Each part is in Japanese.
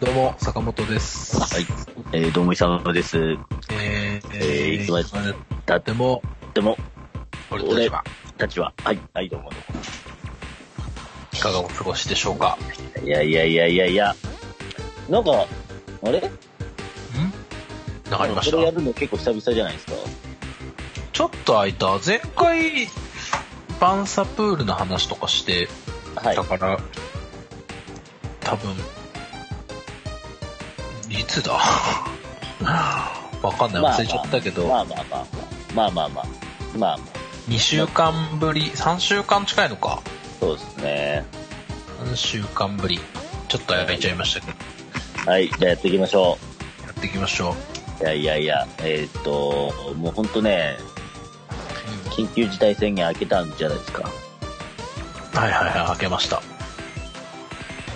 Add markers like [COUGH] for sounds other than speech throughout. どうも、坂本です。はい。えー、どうも、いさまです。えー、ええーいつまでたっても、でも、俺たちは、たちは、はい、はい、どうもどういかがお過ごしでしょうか。も。いやいやいやいやいや、なんか、あれん流れましこれやた。るの結構久々じゃないですか。ちょっと空いた。前回、バンサプールの話とかしてはいた。から、多分、いつだ [LAUGHS] わかんない。忘れちゃったけど、まあまあまあまあまあまあまあまあ、まあまあ、 2週間ぶり、3週間近いのか。そうですね。 3週間ぶり。ちょっと空いちゃいましたけど、はい、じゃあやっていきましょやっていきましょう。う。いやいやいや、えーっと、もうほんとね、うん緊急事態宣言開けたんじゃないですか。はいはいはい、開けました。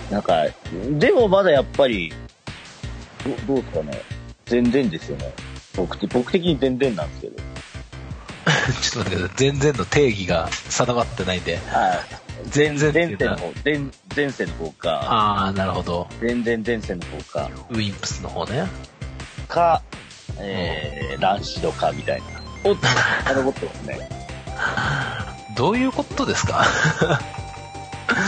なんか、でもまだやっぱり、どどうですかね。全然ですよね。僕て僕的に全然なんですけど。 [LAUGHS] ちょっと待ってください。全然の定義が定まってないんで。はい。全然ってい前うの線のは。方、前前線の方か、あー、なるほど。全然前線の方か、ウィンプスの方ね。か、えー、乱視度かみたいな。おっと、あのことです [LAUGHS] ね。どういうことですか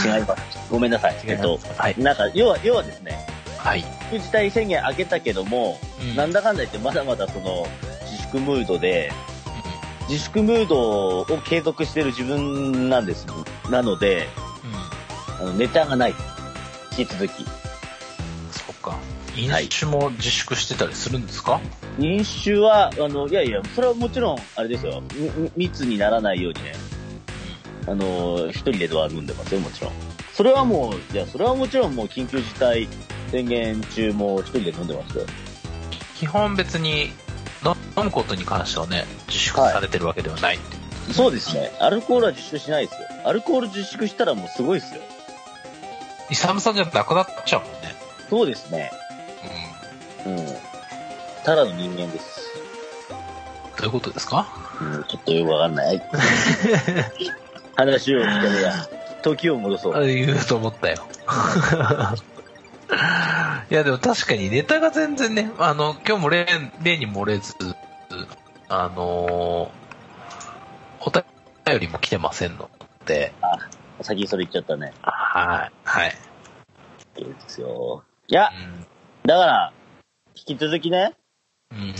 違います。ごめんなさい。えっと、 [LAUGHS] はい。なんか、要は、要はですね、はい。緊急事態宣言開けたけども、うんなんだかんだ言ってまだまだその、自粛ムードで、自粛ムードを継続してる自分なんです。なので、うん。うんあのネタがない。引き続き。そっか。飲酒も自粛してたりするんですか飲酒は、あの、いやいや、それはもちろん、あれですよ。みみ密にならないようにね、あの、一人でドア飲んでますよ、もちろん。それはもう、いや、それはもちろんもう緊急事態宣言中も一人で飲んでますよ。基本別に飲飲むことに関してはね、自粛されてるわけではないって。そうですね。アルコールは自粛しないですよ。アルコール自粛したらもうすごいですよ。イサムさんじゃなくなっちゃうもんね。そうですね。うん。ただの人間です。うん。どういうことですかうん、ちょっとよくわかんない。話を聞かれや、時を戻そう。あ言うと思ったよ。 [LAUGHS] いや、でも確かにネタが全然ね、あの、今日も例例に漏れず、あのーお便りも来てませんので、先にそれ言っちゃったね。はい、はい。いいですよ。いうや、だから、引き続きね、ん。うん、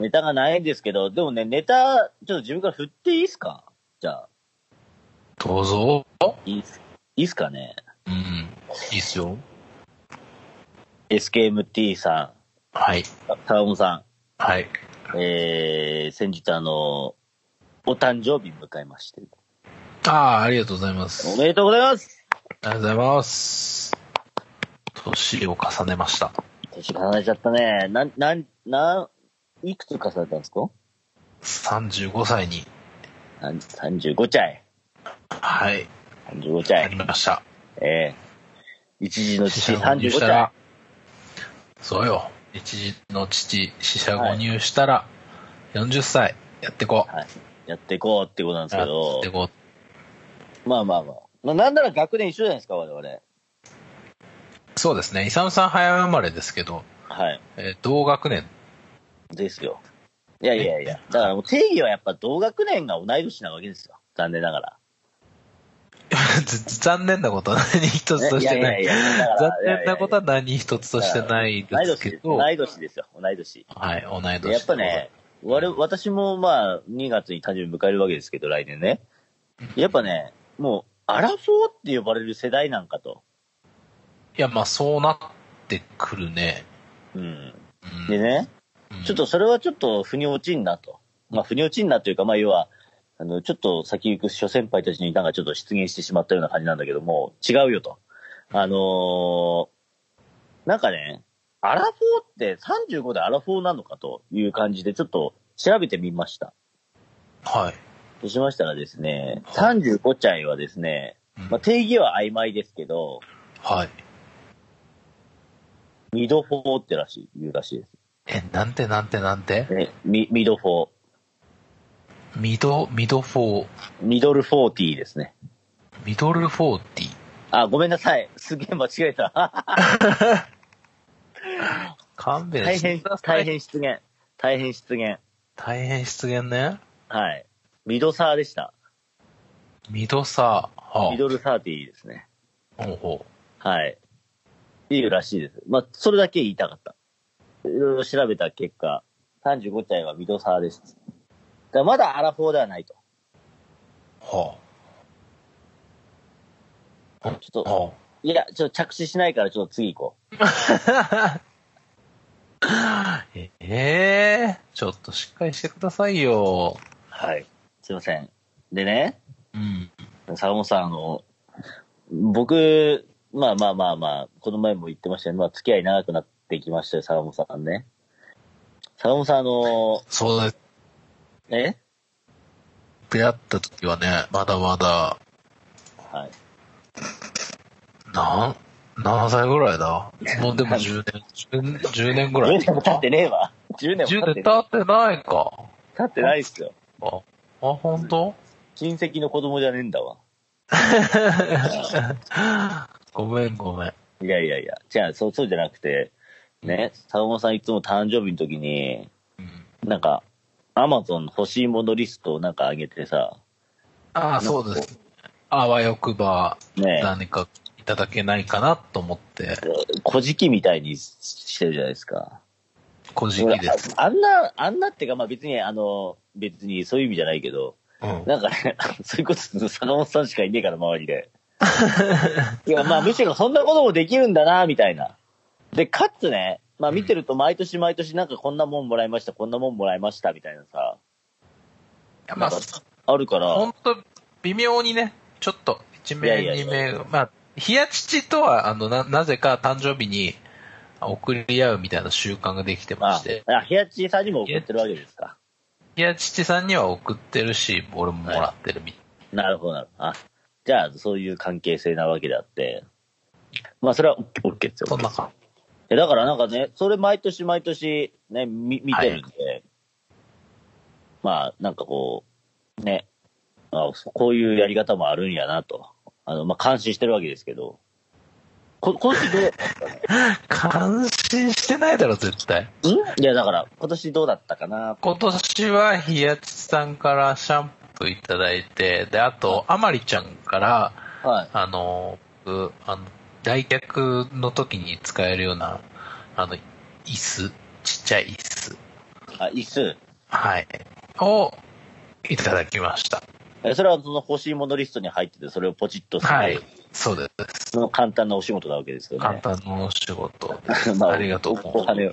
ネタがないんですけど、でもね、ネタ、ちょっと自分から振っていいっすかじゃあ、どうぞ。いいっす、いいっすかねうん。いいっすよ。 ?SKMT さはい。ん、沢本さはい。ん、えー、先日あの、お誕生日迎えまして。ああ、ありがとうございます。おめでとうございますありがとうございます。年を重ねました。年重ねちゃったね。なん、なん、なん、いくつ重ねたんですか35歳に、なん ?35 歳。はい、 35な歳り。ました。えー、一時の父35した歳ら。、そうよ。一時の父、死者誤入したら、40歳、やってこう。はい。やっていこうってことなんですやけっど。てこまあまあまあ。まあ、なんなら学年一緒じゃないですか、我々。う。そうですね。イサムさん早生まれですけど、はい。えー同学年。 [LAUGHS] ですよ。いやいやいや。だからもう定義はやっぱ同学年が同い年なわけですよ。残念ながら。残念なことは何一つとしてない。いやいやいやだから残念なことは何一つとしてない同いです年けです。ど、同はい年ですよ。同い年。い、同い年。やっぱね、我々私もまあ、2月に誕生日迎えるわけですけど、来年ね。やっぱね、もう、アラフォーって呼ばれる世代なんかと。いや、まあそうなってくるね。うん。うんでうんね、ちょっとそれはちょっと腑に落ちんなと。まあ、腑に落ちんなというか、まあ、要は、あの、ちょっと先行く諸先輩たちになんかちょっと失言してしまったような感じなんだけども、違うよと。あのーなんかね、アラフォーって35でアラフォーなのかという感じでちょっと調べてみました。はい。としましたらですね、35歳はですね、うんまあ、定義は曖昧ですけど、はい。ミドフォーってらしい、言うらしいでえ、なんてなんてなんてす。ね、ミミドフォー。ミド、ミドフォー、ミドルフォーティーですね。ミドルフォーティ。あ、ごめんなさい。すげえ間違えた。勘弁大して [LAUGHS] 変くだ、さ大い。変失言。大変失言。大変失言ね。はい。ミドサーでした。ミドサー。はあミドルサーティーですね。ほうほはい。いいらしいです。まあ、それだけ言いたかった。いろいろ調べた結果、35歳はミドサーです。だからまだアラフォーではないと。う。はちょっあ。と、はいや、ちょっと着地しないからちょっと次行こあ。ええちょっとしっかりしてくださいよ。う。はい。すいません。でね、うん。坂本さん、あの、僕、まあまあまあまあ、この前も言ってましたよ、ね。まあ、付き合い長くなってきましたよ、坂本さんね。坂本さん、あの、そうだね。え出会った時はね、まだまだ、はい。なん、何歳ぐらいだもう [LAUGHS] でも10年、10, 10年ぐらい。 10年も経ってねえわ。10年も経10年ってねえ経ってないか。経ってないっすよ。あ、あ本当？親戚の子供じゃねえんだわ。ごめんごめん。いやいやいや。じゃあ、そう、そうじゃなくて、ね、坂本さんいつも誕生日の時に、うんなんか、アマゾン欲しいものリストをなんか上げてさ、ああ、そうです。あわよくば、ね、何かいただけないかなと思って、小じきみたいにしてるじゃないですか。こじきです。俺ああんな、あんなってか、まあ別に、あの、別にそういう意味じゃないけど、うん。なんかね、 [LAUGHS] そういうことする坂本さんしかいねえから、周 [LAUGHS] りで。いや、まあ、むしろそんなこともできるんだな、みたいな。で、かつね、まあ見てると毎年毎年なんかこんなもんもらいました、こんなもんもらいました、みたいなさ、まあ、あるから、ほんと、微妙にね、ちょっと、1いや名、いやいや2名、まあ、冷や父とは、あの、な、なぜか誕生日に送り合うみたいな習慣ができてまあして、あ、ヘアチーさんにも送ってるわけですか。冷や父さんには送ってるし、俺ももらってるみたいなるほど、なるほど。あ、じゃあ、そういう関係性なわけであって、まあそれは OK ですな。そよ。んな感じ。え、だからなんかね、それ毎年毎年ね、み見てるんで、まあなんかこう、ね、あこういうやり方もあるんやなと。あの、まあ感心してるわけですけど、こ、今年ど [LAUGHS] うだったね感心してないだろ、絶対。んいやだから、今年どうだったかな今年はひやちさんからシャンプーいただいて、で、あと、あまりちゃんから、はい。あの、うあの、来客の時に使えるような、あの、椅子、ちっちゃい椅子、あ、椅子。はい、をいただきました。え、それはその欲しいものリストに入ってて、それをポチッとする。はい。そうです。その簡単なお仕事なわけですよね。簡単なお仕事です。 [LAUGHS] まありがとうおお金を、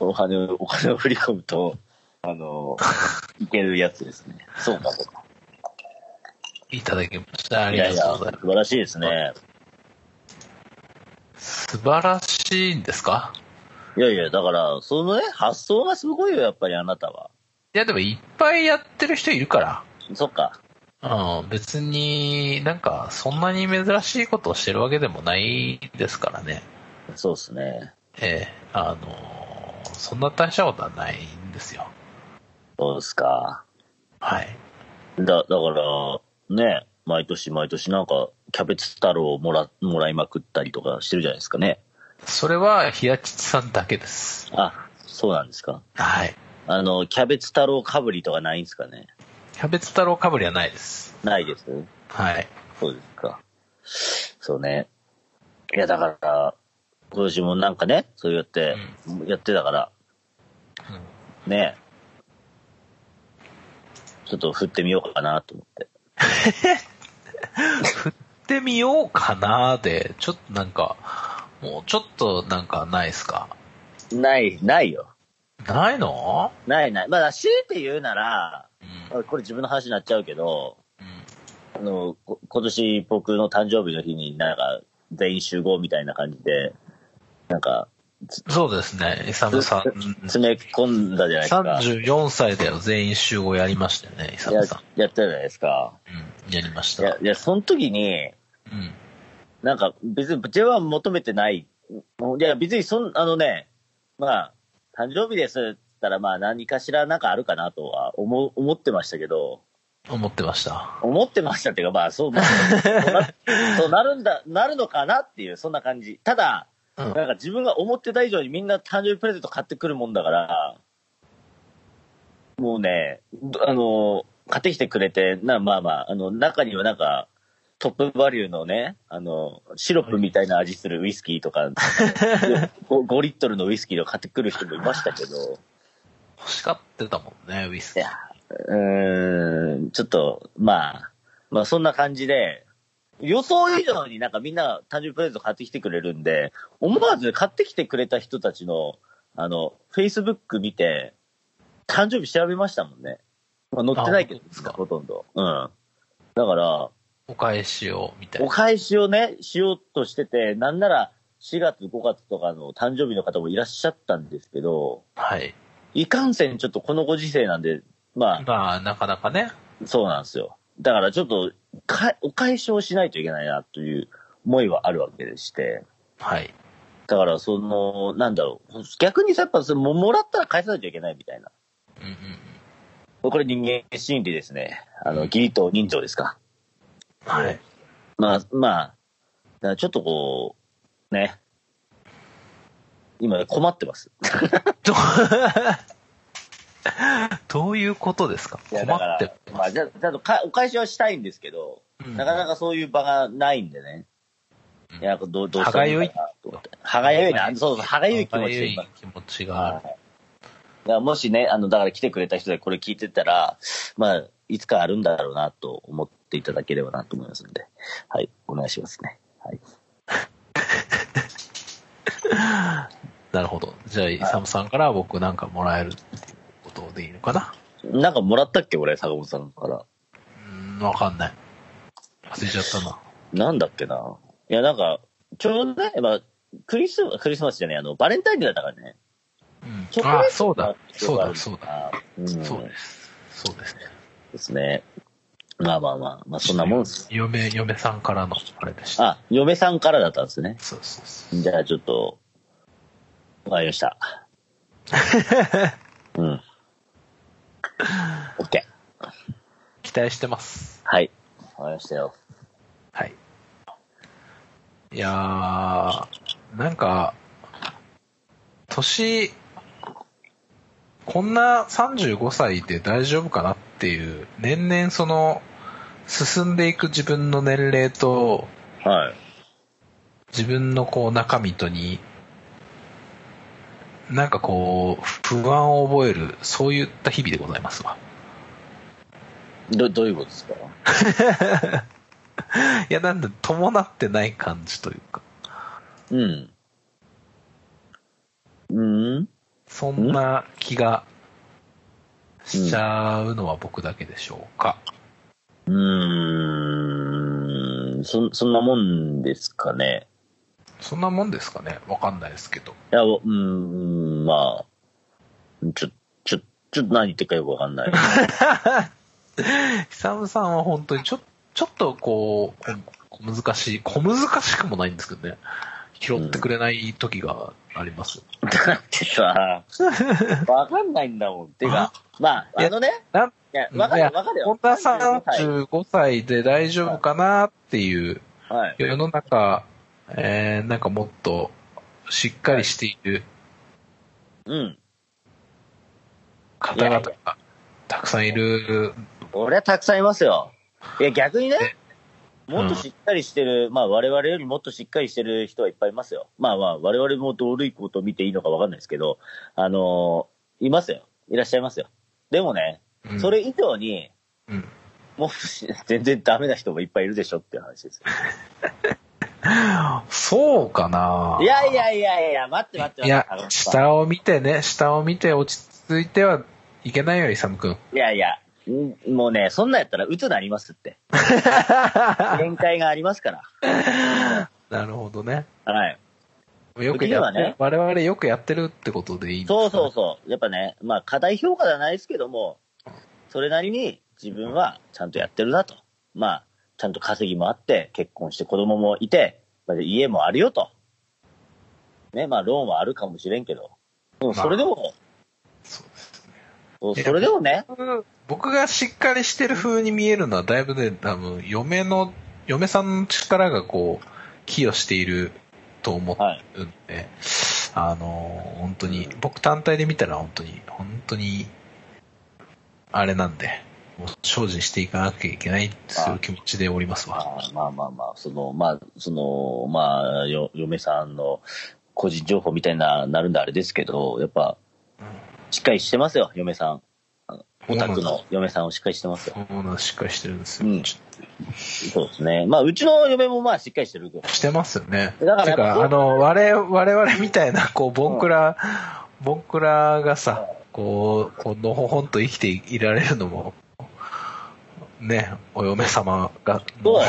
お金を、お金を振り込むと、あの、 [LAUGHS] いけるやつですね。そうか、そうか。いただきました。あいりやがいや、とうご素ざいます。晴らしいですね。素晴らしいんですかいやいや、だから、そのね、発想がすごいよ、やっぱりあなたは。いや、でもいっぱいやってる人いるから。そっか。うん、別になんかそんなに珍しいことをしてるわけでもないですからね。そうですね。ええ、あの、そんな大したことはないんですよ。そうですか。はい。だ、だから、ね、毎年毎年なんか、キャベツ太郎をもら、もらいまくったりとかしてるじゃないですかね。それは、ひやちちさんだけです。あ、そうなんですか。はい。あの、キャベツ太郎かぶりとかないんですかね。キャベツ太郎かぶりはないです。ないです。はい。そうですか。そうね。いや、だから、今年もなんかね、そうやって、やってたから、うんね。ちょっと振ってみようかなと思って。行ってみようかなーで、ちょっとなんか、もうちょっとなんかないですかない、ないよ。ないのないない。まあ、強いて言うなら、うん。これ自分の話になっちゃうけど、うんあの、こ今年僕の誕生日の日になんか、全員集合みたいな感じで、なんか、そうですね。イサムさん、詰め込んだじゃないですか。 34歳だよ、全員集合やりましたよね、イサやムさん。やったじゃないですか。うん、やりましいやた。、いや、その時に、うん。なんか別に J1 求めてない。いや、別にそん、あのね、まあ、誕生日ですって言ったら、まあ何かしらなんかあるかなとは思う、思ってましたけど、思ってました。思ってましたって [LAUGHS] いうか、まあそう、そうなそうなるんだ、なるのかなっていう、そんな感じ。ただ、うんなんか自分が思ってた以上にみんな誕生日プレゼント買ってくるもんだから、もうね、どあの、買ってきてくれて、な、まあまあ、あの、中にはなんか、トップバリューのね、あの、シロップみたいな味するウイスキーと [LAUGHS] か、5, リットルのウイスキーを買ってくる人もいましたけど、欲しがってたもんね、ウィスいやうーん、ちょっと、まあ、まあそんな感じで、予想以上になんかみんな誕生日プレゼント買ってきてくれるんで、思わず買ってきてくれた人たちの、あの、Facebook 見て、誕生日調べましたもんね。まあ載ってないけどあ本当ですかほとんど。うん。だから、お返しを、みたいおな。返しをね、しようとしてて、なんなら4月、5月とかの誕生日の方もいらっしゃったんですけど、はい。いかんせんちょっとこのご時世なんで、まあ、まあ、なかなかね。そうなんですよ。だからちょっと、か、お返しをしないといけないなという思いはあるわけでして。はい。だから、その、なんだろう。逆にさ、やっぱその、ももらったら返さないといけないみたいな。うんうんうん。これ人間心理ですね。あの、義理と人情ですか。はい。まあ、まあ、だからちょっとこう、ね。今困ってます。どどういうことですかい困やだからってまあ、じゃ、ちゃんとかお返しはしたいんですけど、うんなかなかそういう場がないんでね。いや、どう、どうしたらいいのかなと思って。歯がゆいな。そうそう、歯がゆい気持ちで今歯がゆい気持ちがあるはい。だからもしね、あの、だから来てくれた人でこれ聞いてたら、まあ、いつかあるんだろうなと思っていただければなと思いますので、はい、お願いしますね。はい。なるほど。じゃあ、イサムさんから僕なんかもらえるっていうことでいいのかななんかもらったっけ俺、坂本さんから。うん、わかんない。忘れちゃったな。なんだっけな。いや、なんか、ちょうどね、まあ、クリスマス、クリスマスじゃねえ、あの、バレンタインデーだったからね。うんチョコレートあ、そうがだ。そうだ、そうだ。だ。うん、そうでです。そうですね。すね。まあまあまあ、まあそんなもんです。嫁、嫁さんからのあれでした。あ、嫁さんからだったんですね。そうそうそう。じゃあちょっと、わかりました。 [LAUGHS] うん。OK。期待してます。はい。わかりましたよ。はい。いやー、なんか、年、こんな35歳で大丈夫かなっていう、年々その、進んでいく自分の年齢と、はい。自分のこう中身とに、なんかこう、不安を覚える、そういった日々でございますわ。ど、どういうことですかいや、なんで、伴ってない感じというか、うん。うんそんな気がしちゃうのは僕だけでしょうか。うーん。そ、そんなもんですかね。そんなもんですかねわかんないですけど。いや、うーん、まあ。ちょ、ちょ、ちょっと何言ってるかよくわかん [LAUGHS] ない。ヒサムさんは本当にちょ、ちょっとこう、こ難しい、小難しくもないんですけどね。拾ってくれない時があります。だってさ、わかんないんだもん。てか、まあ、あのね、なんいや、わかるいよやわかるよ。本田さんはい。 35歳で大丈夫かなっていう、はい。世の中、えー、なんかもっとしっかりしているうん。方々がたくさんいる、俺はたくさんいますよ。いや、逆にねえ、もっとしっかりしてる、まあ、我々よりもっとしっかりしてる人はいっぱいいますよ。まあまあ、我々も同類校と見ていいのかわかんないですけど、あのーいますよ。いらっしゃいますよ。でもね、うんそれ以上に、うんもう [LAUGHS] し、全然ダメな人もいっぱいいるでしょっていう話です。そうかないやいやいやいや、待って待っいて待ってやあの。、さ下を見てね、下を見て落ち着いてはいけないよ、イサムくん。いやいや、んもうね、そんなんやったら鬱なりま [LAUGHS] すって。限界がありますから。なるほどね。はい。よくやって、次はね我々よくやってるってことでいいんですかそねうそうそう。やっぱね、まあ、過大評価ではないですけども、それなりに自分はちゃんとやってるなと。まあ、ちゃんと稼ぎもあって、結婚して子供もいて、まあ家もあるよと。ね、まあ、ローンはあるかもしれんけど。でも、まあそれでも、そうですね。そうそれでもね、僕僕がしっかりしてる風に見えるのは、だいぶね、多分、嫁の、嫁さんの力がこう、寄与していると思はい。うんで、あの、本当に、僕単体で見たら本当に、本当に、あれなんで、もう精進していかなきゃいけないっていう気持ちでおりますわ。あーまあまあまあ、その、まあ、その、まあ、よ、嫁さんの個人情報みたいな、なるんであれですけど、やっぱ、しっかりしてますよ、嫁さん。オタクの嫁さんをしっかりしてますよ。そうなんですしっかりしてるんですよ。うんちょそうですね。まあ、うちの嫁もまあ、しっかりしてるけど。してますよね。だからてやっぱか、あの、我々、我々みたいな、こう、ボンクラ、ボンクラがさ、こう、こうのほほんと生きていられるのも、ね、お嫁様が、そう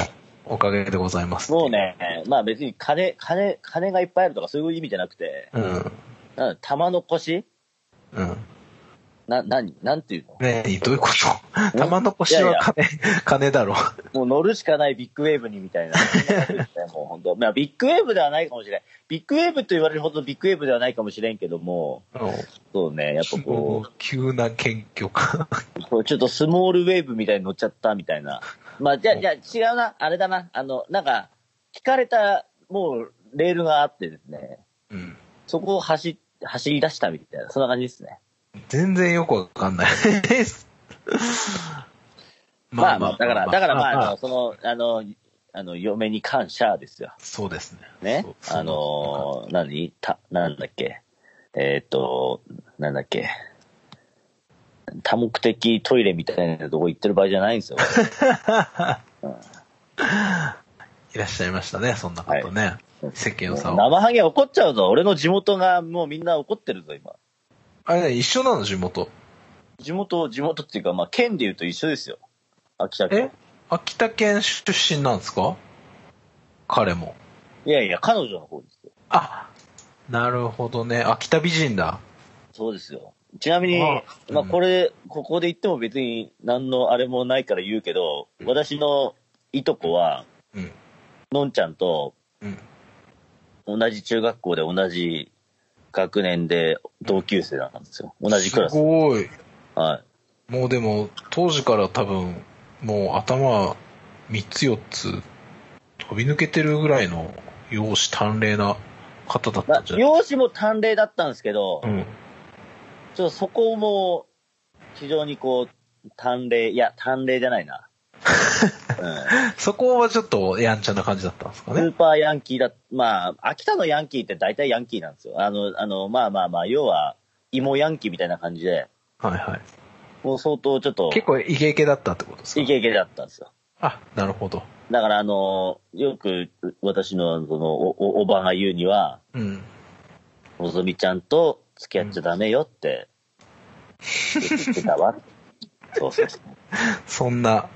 おかげでございます。もう。ね、まあ別に金、金、金がいっぱいあるとかそういう意味じゃなくて、うん。なんだ玉の腰うん。な、なに、なんていうのねえ、どういうこと玉の腰は金、金だろ。もう乗るしかないビッグウェーブにみたいな。もう本当。まあビッグウェーブではないかもしれん。ビッグウェーブと言われるほどビッグウェーブではないかもしれんけども、そうね、やっぱこ急な謙虚か。う、こうちょっとスモールウェーブみたいに乗っちゃったみたいな。まあじゃあ、じゃあ違うな、あれだな、あの、なんか、聞かれた、もう、レールがあってですね、うん。そこを走、走り出したみたいな、そんな感じですね。全然よくわかんないです。 [LAUGHS] まあまあ、だから、だからまあ、あの、あその、あの、あの、嫁に感謝ですよ。そうですね。ねそう。そうあの、何た、なんだっけ。えーっと、なんだっけ。多目的トイレみたいなとこ行ってる場合じゃないんですよ。いらっしゃいましたね、そんなことね。世間さんは。生ハゲ怒っちゃうぞ。俺の地元がもうみんな怒ってるぞ、今。あれね、一緒なの、地元。地元、地元っていうか、まあ、県で言うと一緒ですよ。秋田え県。秋田県出身なんですか彼も。いやいや、彼女の方ですよ。あ、なるほどね。秋田美人だ。そうですよ。ちなみに、ああまあうんこれ、ここで言っても別に何のあれもないから言うけど、私のいとこは、うん。のんちゃんとうん。同じ中学校で同じ学年で同級生なんですよ。同じクラすス。ごい。はもうでも、当時から多分、もう頭3つ4つ飛び抜けてるぐらいの容姿端麗な方だっい。またあんじゃない容姿も短麗だったんですけど、うん。ちょっとそこも、非常にこう、短麗、いや、短麗じゃないな。 [LAUGHS] そこはちょっとやんちゃな感じだったんですうかん、スねー。パーヤンキーだ、まあ、秋田のヤンキーって大体ヤンキーなんですよ。あの、あの、まあまあまあ、要は、芋ヤンキーみたいな感じで、はいはい。もう相当ちょっと、結構イケイケだったってことですかイケイケだったんですよ。あ、なるほど。だから、あの、よく、私の、その、お、おおばが言うには、うん。のぞみちゃんと付き合っちゃダメよって、言って [LAUGHS] たわ。そうそうそそんな、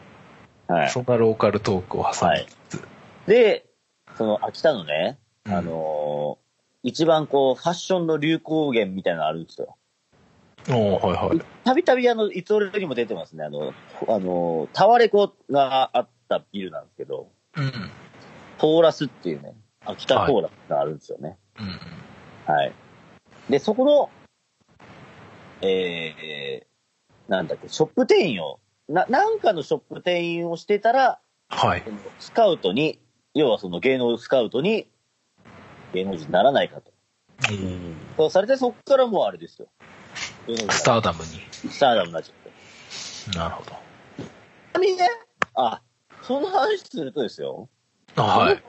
う。はい。そんなローカルトークを挟はみいつつ。で、その、秋田のね、うんあの一番こう、ファッションの流行源みたいなのあるんですよ。おーはいはい。たびたび、あの、いつ俺にも出てますね。あの、あの、タワレコがあったビルなんですけど、うん。コーラスっていうね、秋田コーラスがあるんですよね。うん。はい。で、そこの、えー、なんだっけ、ショップ店員を、な、なんかのショップ店員をしてたら、はい。スカウトに、要はその芸能スカウトに、芸能人にならないかと。そうされて、そこからもうあれですよ。芸能人になるスターダムに。スターダムになっちゃって。なるほど。ちなみにね、あ、その話するとですよ、あはい。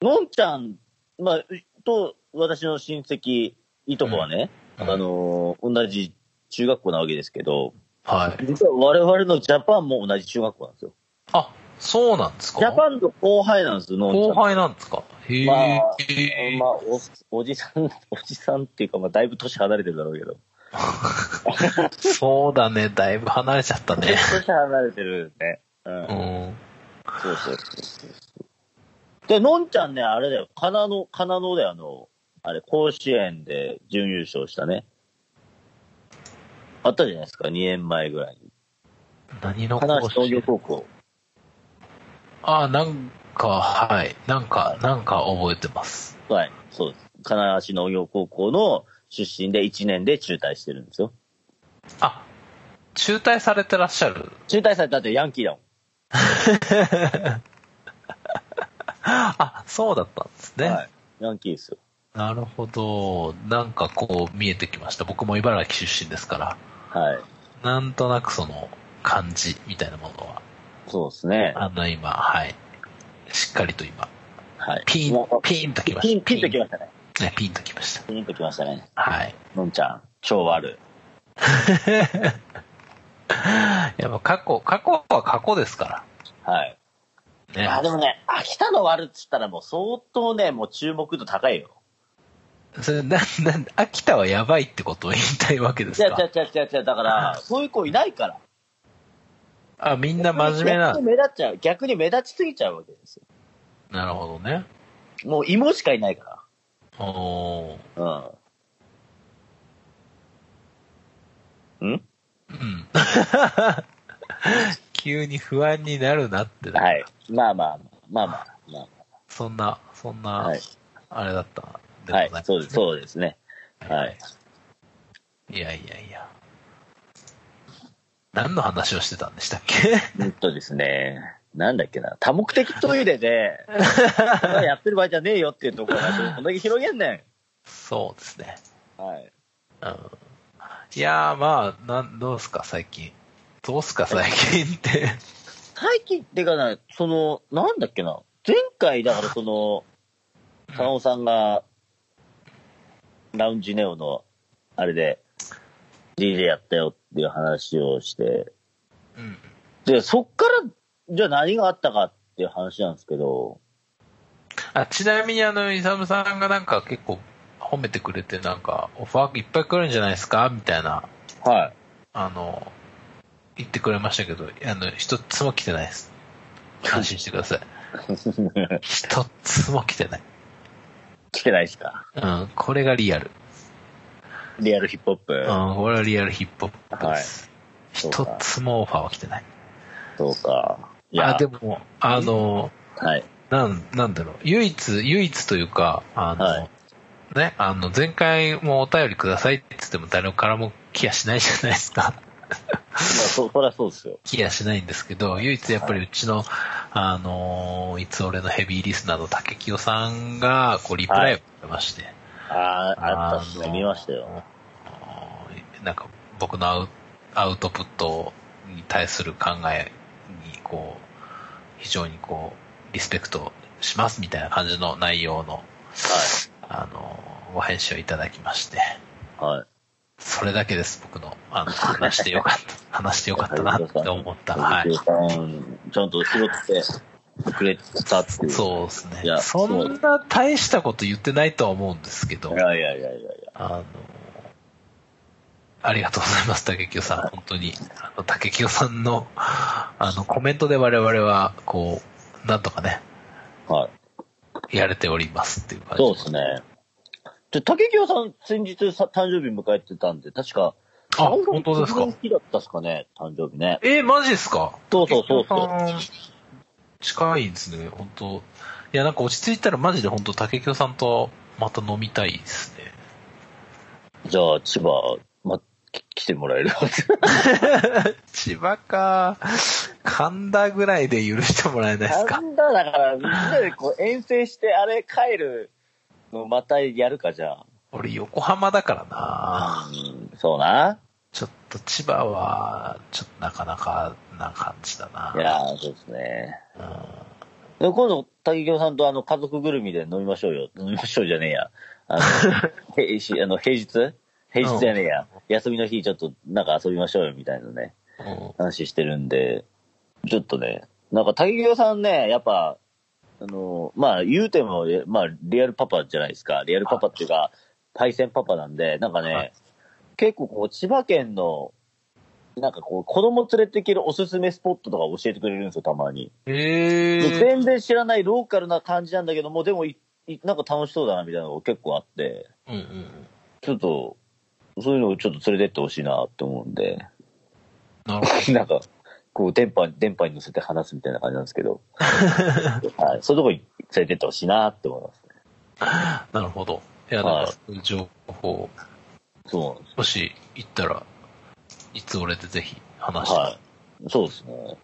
のんちゃん、まあ、うと、私の親戚、いとこはね、うんあのー同じ中学校なわけですけど、はい。実は我々のジャパンも同じ中学校なんですよ。あ、そうなんですかジャパンの後輩なんですよ、のんちゃ後ん輩なんですかへえ。まあまあお、おじさん、おじさんっていうか、まあ、だいぶ年離れてるだろうけど。そうだね、だいぶ離れちゃったね。年離れてるね。うん。うん。そうそうそうそうそう。で、のんちゃんね、あれだよ、かなの、かなのであの、あれ、甲子園で準優勝したね。あったじゃないですか、2年前ぐらいに。何の金講足農業師高校。あ、なんか、はい。なんか、なんか覚えてます。はい、そうです。金足農業高校の出身で1年で中退してるんですよ。あ、中退されてらっしゃる。中退されたってヤンキーだもん。あ、そうだったんですね。はいヤンキーですよ。なるほど。なんかこう見えてきました。僕も茨城出身ですから、はい。なんとなくその感じみたいなものは、そうですね。あの今、はい。しっかりと今、はい。ピンもう、ピンときまピしン、た。ピンときまましたね。した。ピンときました。ピンときましたね。はい。のんちゃん、超悪 [LAUGHS] やっぱ過去、過去は過去ですかい。はい。ら。ね。あ、でもね、秋田の悪っつったらもう相当ね、もう注目度高いよ。それ、なん、なん、秋田はやばいってことを言いたいわけです違う違かう違う違う違う。[LAUGHS] だから、そういう子いないから。あ、みんな真面目な逆。に目立っちゃう。逆に目立ちすぎちゃうわけですよ。なるほどね。もう芋しかいないかおーら。うん。ん [LAUGHS] うん。急に不安になるなってだけ、はい。まあまあ、まあまあ、まあそんな、そんまあ。な、はい。あれだったんでごはざいいま。すそうです、そうですね。はい。いやいやいや。何の話をしてたんでしたっけ [LAUGHS] うんとですね、なんだっけな、多目的トイレ [LAUGHS] で、そんなのやってる場合じゃねえよっていうところが、こんだけ広げんねそうですね。ん。はい。うん。いやー、まあ、なん、どうすか、最近。どうすか、最近って。最近ってかな、その、なんだっけな、前回だからその、佐野さんが、ラウンジネオの、あれで、DJ やったよっていう話をして、うん。で、そっから、じゃあ何があったかっていう話なんですけど、あ、ちなみにあの、イサムさんがなんか結構褒めてくれて、なんか、オファーいっぱい来るんじゃないですかみたいな、はい。あの、言ってくれましたけど、あの、一つも来てないです。安心してください。一つも来てない。来てないですかうん、これがリアル。リアルヒップホップ。うん、これはリアルヒップホップです。そう一かつもオファーは来てない。そうか。いや、あ、でも、あの、はい。なん、なんだろう、唯一、唯一というか、あの、はいね、あの、前回もお便りくださいって言っても誰からも来やしないじゃないですか。 [LAUGHS] まあ、そ、そりゃそうですよ。来やしないんですけど、唯一やっぱりうちの、あのーいつ俺のヘビーリスナーの竹清さんが、こう、リプライをくれまして、ああ、あったっすね。あの見ましたよ。あーなんか、僕のアウアウトプットに対する考えに、こう、非常にこう、リスペクトしますみたいな感じの内容の、あのーご返信をいただきまして、はい。はい。それだけです、僕の、あの、話してよか [LAUGHS] った、話してよかったなって思った。はい。藤井さん、ちゃんと拾ってくれたっていう。そうですねいや。そんな大したこと言ってないとは思うんですけどい、やいやいやいやいや。あの、ありがとうございます、竹清さん。本当に、あの、竹清さんの、あの、コメントで我々は、こう、なんとかね、はい。やれておりますっていう感じ。そうですね。で、竹清さん、先日さ誕生日迎えてたんで、確か、あ、本当ですか好。きだったっすかね、誕生日ね。えーマジですかそうそうそうそう竹清さん近いですね、本当いや、なんか落ち着いたらマジで本当竹清さんとまた飲みたいですね。じゃあ、千葉、ま、き来てもらえる千葉か、神田ぐらいで許してもらえないですなか。んだ、だから、みんなでこう遠征して、あれ帰るのまたやるか、じゃあ。俺、横浜だからなうんそうな。ちょっと千葉は、ちょっとなかなかな感じだないやー、そうですね。うんで今度、滝行さんとあの、家族ぐるみで飲みましょうよ。飲みましょうじゃねえや。あ [LAUGHS] の、へしあの平日平日じゃねえや。休みの日、ちょっと、なんか遊びましょうよ、みたいなね、うん。話してるんで、ちょっとね、なんか滝行さんね、やっぱ、あの、まあ、言うても、えまあ、リアルパパじゃないですか。リアルパパっていうか、対戦パパなんで、なんかはねい、結構こう、千葉県の、なんかこう、子供連れて行けるおすすめスポットとか教えてくれるんですよ、たまに。ええ全然知らないローカルな感じなんだけども、でもい、いなんか楽しそうだなみたいなのが結構あって、うんうん。ちょっと、そういうのをちょっと連れてってほしいなって思うんで、 [LAUGHS] なるほなんか、こう、電波、電波に乗せて話すみたいな感じなんですけど、はい、そういうとこに連れてってほしいなって思いますね。ど。なるほど。いや、なんか、そういう情報、そうなんですもし行ったら、いつ俺でぜひ話して。はい。そうですね。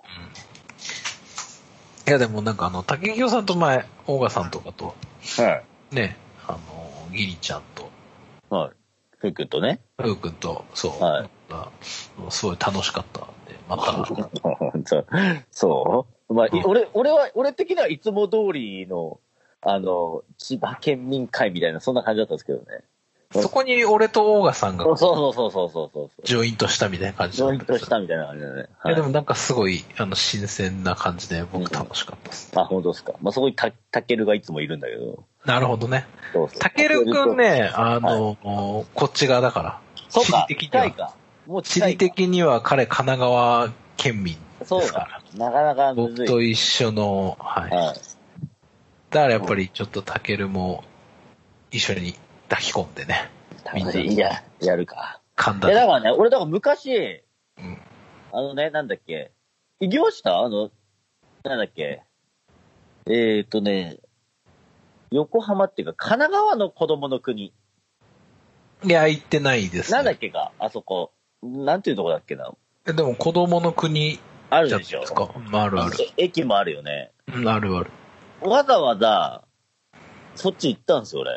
いや、でもなんかあの、竹清さんと前、大賀さんとかと、はい。ね、あの、ギリちゃんと、はい。ふうくんとね。 [LAUGHS] ふうくんと、そう、はいあのすごい楽しかったんで、また、 [LAUGHS] そうまあ、いうん俺、俺は、俺的にはいつも通りの、あの、千葉県民会みたいな、そんな感じだったんですけどね。そこに俺とオーガさんがそうそうそうそうそうそうそう。ジョイントしたみたいな感じジだったョイんでンすよトしたみたいな感じだね。いはやでい、もなんかすごい、あの、新鮮な感じで僕楽しかったです。あ、本当ですか。まあ、そこにた、たけるがいつもいるんだけど。なるほどね。そうそうたけるくん。ね、あの、こっち側だから。そうか、地理的に近いは。か。もう地近い理か。的には彼、神奈川県民そうですからか。なかなかむず僕い。と一緒の、はい。だはい。からやっぱりちょっとたけるも一緒に抱き込んでね、たみんなまに、いや、やるか。噛んいや、だだからね、俺、だから昔、り。うんあのね、なんだっけ、異業したあの、なんだっけ、えっ、ー、とね、横浜っていうか、神奈川の子供の国、いや、行ってないです、ね。なんだっけか、あそこ、なんていうとこだっけな、えでも子供の国あるじゃでないしょで。すか。まあ、あるある。駅もあるよね。うんあるある。わざわざ、そっち行ったんですよ、俺。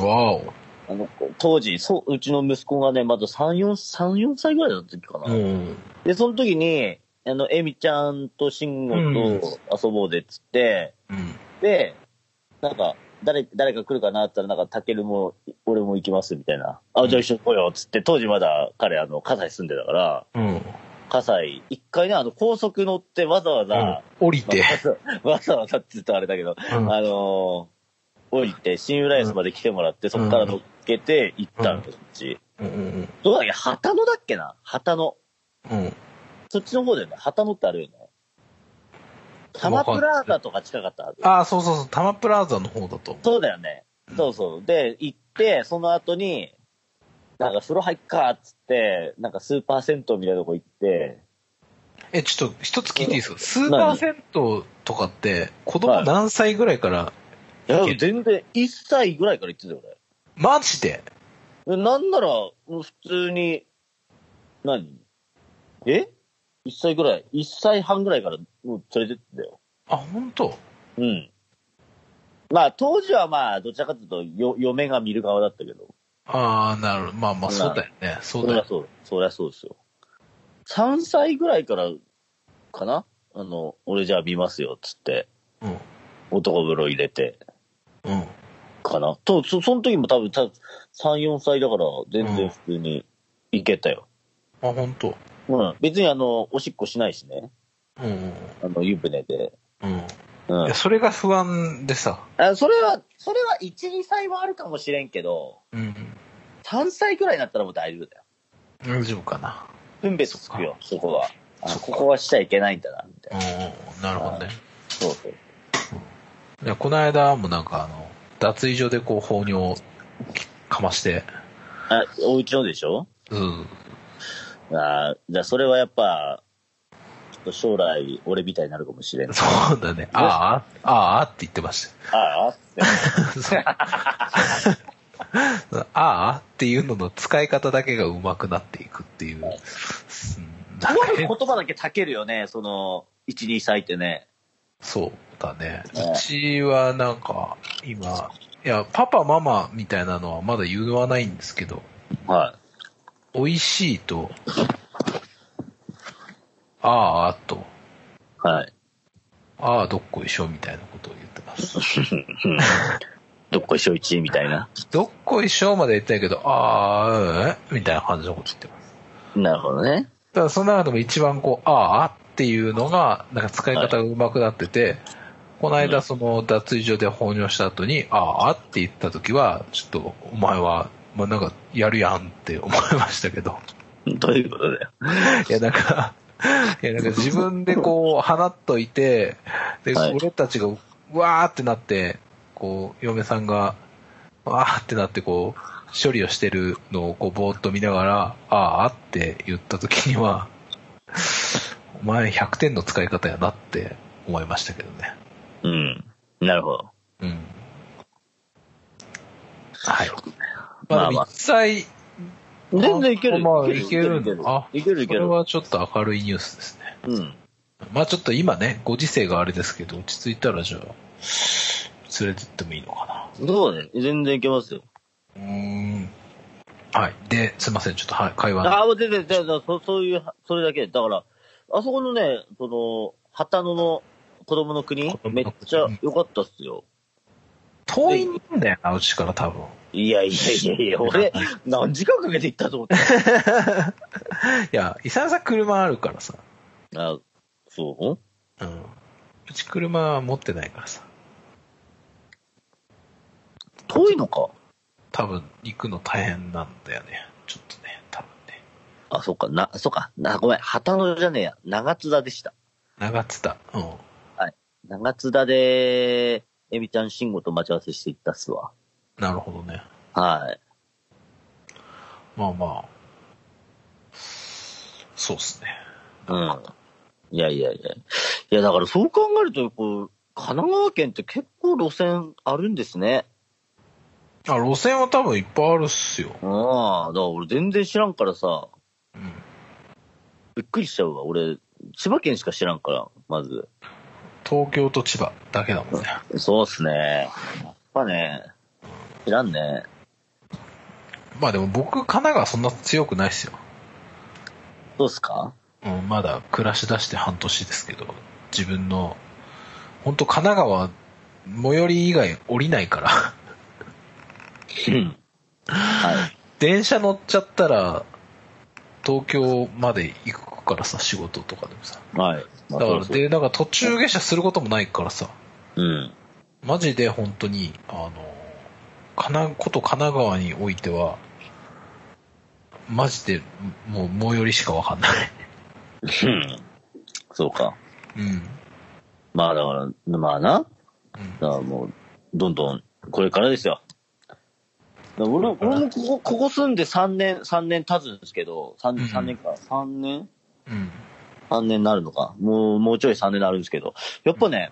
わお。あの、当時、そう、うちの息子がね、まだ3、4、3、4歳ぐらいだった時かな。うん。で、その時に、あの、エミちゃんと慎吾と遊ぼうぜっつって、うん。で、なんか、誰、誰か来るかなって言ったら、なんか、たけるも、俺も行きます、みたいな。あ、じゃあ一緒に来いよ、っつって、当時まだ彼、あの、葛西住んでたから、うん。葛西、一回ね、あの、高速乗ってわざわざ、うん降りて。まあわざわざって言ったらあれだけど、うんあのー降りて、新浦安まで来てもらって、そこから乗っけて行ったの、うんこっち。うんうんどこだっけ旗野だっけな旗野。うん。うん。そっちの方だよね。旗野ってあるよね。多摩プラザとか近かったはず。ああ、そうそうそう、タマプラザの方だと思そうだよね。そうそう。で、行って、その後に、なんか風呂入っかっつって、なんかスーパー銭湯みたいなとこ行って、う。え、ちょっと一つ聞いていいですかスーパー銭湯とかって、子供何歳ぐらいから、いや、全然1歳ぐらいから行ってたよ、マジで俺。えなんなら、もう普通に、何え ?1 歳ぐらい ?1 歳半ぐらいからもう連れてってたよ。あ、本当うん。まあ、当時はまあ、どちらかというと、よ、嫁が見る側だったけど。ああ、なるほど。まあまあ、そうだよね。そそうだりゃよ。そうだ。そりゃそうですよ。3歳ぐらいから、かなあの、俺じゃあ見ますよ、つって、うん。男風呂入れて、うん。かなと、そ、その時も多分、た3、4歳だから、全然普通に行けたよ。あ、本当うん。別にあの、おしっこしないしね。うん。あの、湯船で。うん。いうんや、。それが不安でさ。あそれは、それは1、2歳はあるかもしれんけど、うん。 3歳ぐらいになったらもう大丈夫だよ。大丈夫かな。分別つくよ、そこは。あここはしちゃいけないんだな、みたいうんな。。なるほどね。そうそう。いや、この間もなんかあの、脱衣所でこう、放尿をかまして、あ、お家のでしょうん。あーじゃあ、それはやっぱ、ちょっと将来、俺みたいになるかもしれん。そうだね。ああ、ああって言ってました。ああって。そう [LAUGHS] ああっていうのの使い方だけが上手くなっていくっていう。うんなとあんか [LAUGHS] る変言葉だけたけるよね、その、1、2歳ってね。そうだね。ねうちはなんか、今、いや、パパ、ママみたいなのはまだ言わないんですけど、は美味しいと、ああと、い。はい。ああどっこいしょみたいなことを言ってます。どっこいしょ一みたいな。どっこいしょまで言ってないけど、ああ、うんみたいな感じのこと言ってます。なるほどね。ただその中でも一番こう、ああっていうのが、なんか使い方が上手くなってて、この間その脱衣所で放尿した後に、ああって言った時は、ちょっとお前は、まあ、なんかやるやんって思いましたけど、どういうことだよ。いやなんか、いやなんか自分でこう放っといて、で、はい俺たちがうわーってなって、こう、嫁さんが、わーってなってこう、処理をしてるのをこうぼーっと見ながら、あーって言った時には、お前100点の使い方やなって思いましたけどね。うん。なるほど。うん。はい。ままああ、まあ一切、全然いける。まあ、いけるいんけだる。あ、いけるいそけれる。はちょっと明るいニュースですね。うん。まあちょっと今ね、ご時世があれですけど、落ち着いたらじゃあ、連れてってもいいのかそうだね。全然いけますよ。な。うん。はい。で、すいません。ちょっと、はい、会話のああ、もう全然、全然そそういう、それだけ。だから、あそこのね、その、旗野の子供の国子、供のめっ国ちゃ良かったっすよ。遠いんだよな、うちから多分。いやいやいや [LAUGHS] いや、俺、何時間かけて行ったと思って。 [LAUGHS] いや、伊沢さん車あるからさ。あそううん。うち車は持ってないからさ。遠いのか。多分、行くの大変なんだよね。ちょっとね、多分ね。あ、そっか、な、そっか、な、ごめん、旗野じゃねえや、長津田でした。長津田。うん。長津田で、エミちゃん慎吾と待ち合わせして行ったっすわ。なるほどね。はい。まあまあ。そうっすね。うん。いやいやいや。いや、だからそう考えると、こう、神奈川県って結構路線あるんですね。あ、路線は多分いっぱいあるっすよ。うん。だから俺全然知らんからさ、うん。びっくりしちゃうわ。俺、千葉県しか知らんから、まず。東京と千葉だけだもんね。そうっすね。やっぱね、知らんね。まあでも僕、神奈川そんな強くないっすよ。どうっすかうん、まだ暮らし出して半年ですけど、自分の、本当神奈川、最寄り以外降りないから。はい。電車乗っちゃったら、東京まで行くからさ、仕事とかでもさ。はい。だまあから、そうそうで、なんか途中下車することもないからさ、うん。マジで本当に、あの、かな、こと神奈川においては、マジで、もう、最寄りしかわかんない。 [LAUGHS] うんそうか。うん。まあだから、まあな。だからもう、どんどん、これからですよ。だから俺も俺もここ、ここ住んで3年、三年経つんですけど、うんう 3, ん三年か、3年うん。うん。 ?3 年になるのか。もう、もうちょい3年になるんですけど、やっぱね、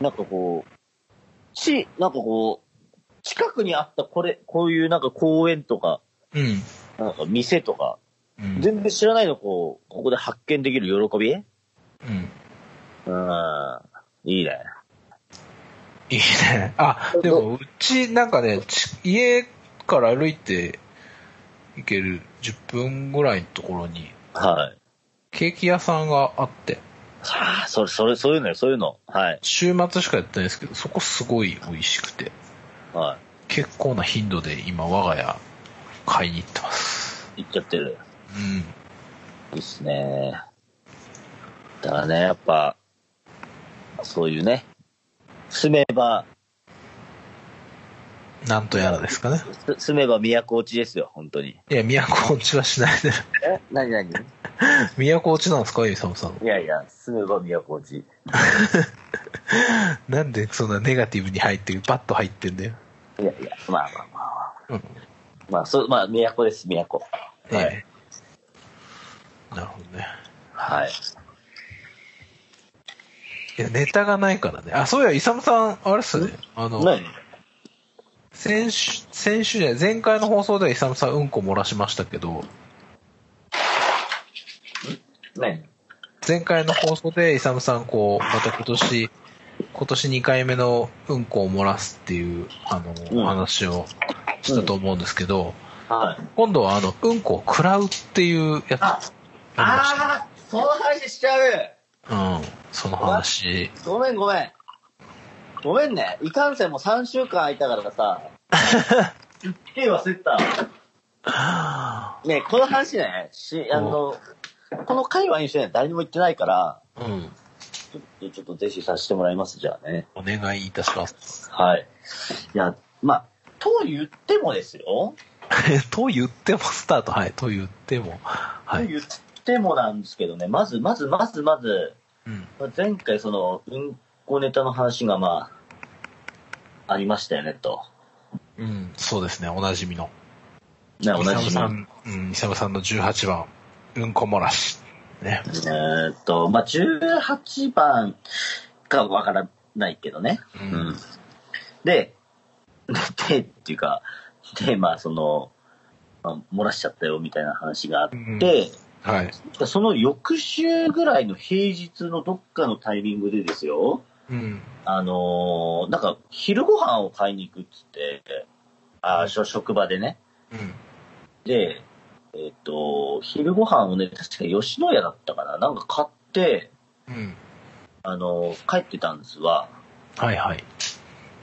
なんかこう、ち、なんかこう、近くにあったこれ、こういうなんか公園とか、うん。なんか店とか、うん。全部知らないのこう、ここで発見できる喜びうん。うん。いいね。いいね。あ、でも、うち、なんかね、ち家から歩いて行ける10分ぐらいのところに、はい。ケーキ屋さんがあって、ああ、それ、それ、そういうのよ、そういうの。はい。週末しかやってないですけど、そこすごい美味しくて、は結構な頻度で今我が家買いに行ってます。い。行っちゃってる。うん。いいっすね。だからね、やっぱ、そういうね、住めば、なんとやらですかね。す住めば都落ちですよ、本当に。いや、都落ちはしないで。 [LAUGHS] え何何い都落ちなんですかゆいさんさん。やいや、住めば都落ち。なんでそんなネガティブに入ってる、バッと入ってんだよ。いやいや、まあまあまあまあ。うんまあ、そう、まあ、都です、都。はい。ええなるほどね。はい。いや、ネタがないからね。あ、そういや、イサムさん、あれっすよね。あの、何先週、先週じゃない、前回の放送ではイサムさんうんこ漏らしましたけど、何前回の放送でイサムさん、こう、また今年、今年2回目のうんこを漏らすっていう、あの、うん話をしたと思うんですけど、はい。今度はあの、うんこを食らうっていうやつ。ああああ、その話しちゃううん、その話。ごめんごめん。ごめんね。いかんせんもう3週間空いたからさ。すっげえ忘れてた。ねえこの話ね、し、あの、この会話にしてね、誰にも言ってないから、うん、ちょっとぜひさせてもらいます、じゃあね。お願いいたします。はい。いや、まあ、と言ってもですよ。 [LAUGHS] と言っても、スタート、はい、と言っても、はとい。言ってもなんですけどね、まず、まず、まず、まず、うん、前回その、うんこネタの話がまあ、ありましたよね、と。うん、そうですね、おなじみの。ね、同イサムじさん、うん、イサムさんの18番、うんこ漏らし。ね。えーっと、まあ、18番かわからないけどね。ううん。で、 [LAUGHS] で、っていうか、で、まあ、その、まあ、漏らしちゃったよみたいな話があって、うんはい。その翌週ぐらいの平日のどっかのタイミングでですよ、ううん。あのーなんか、昼ご飯を買いに行くっつって、あーしょ職場でね。うん。で、えっ、と、昼ご飯をね、確か吉野家だったかななんか買って、うん。あのー帰ってたんですわ。はいはい。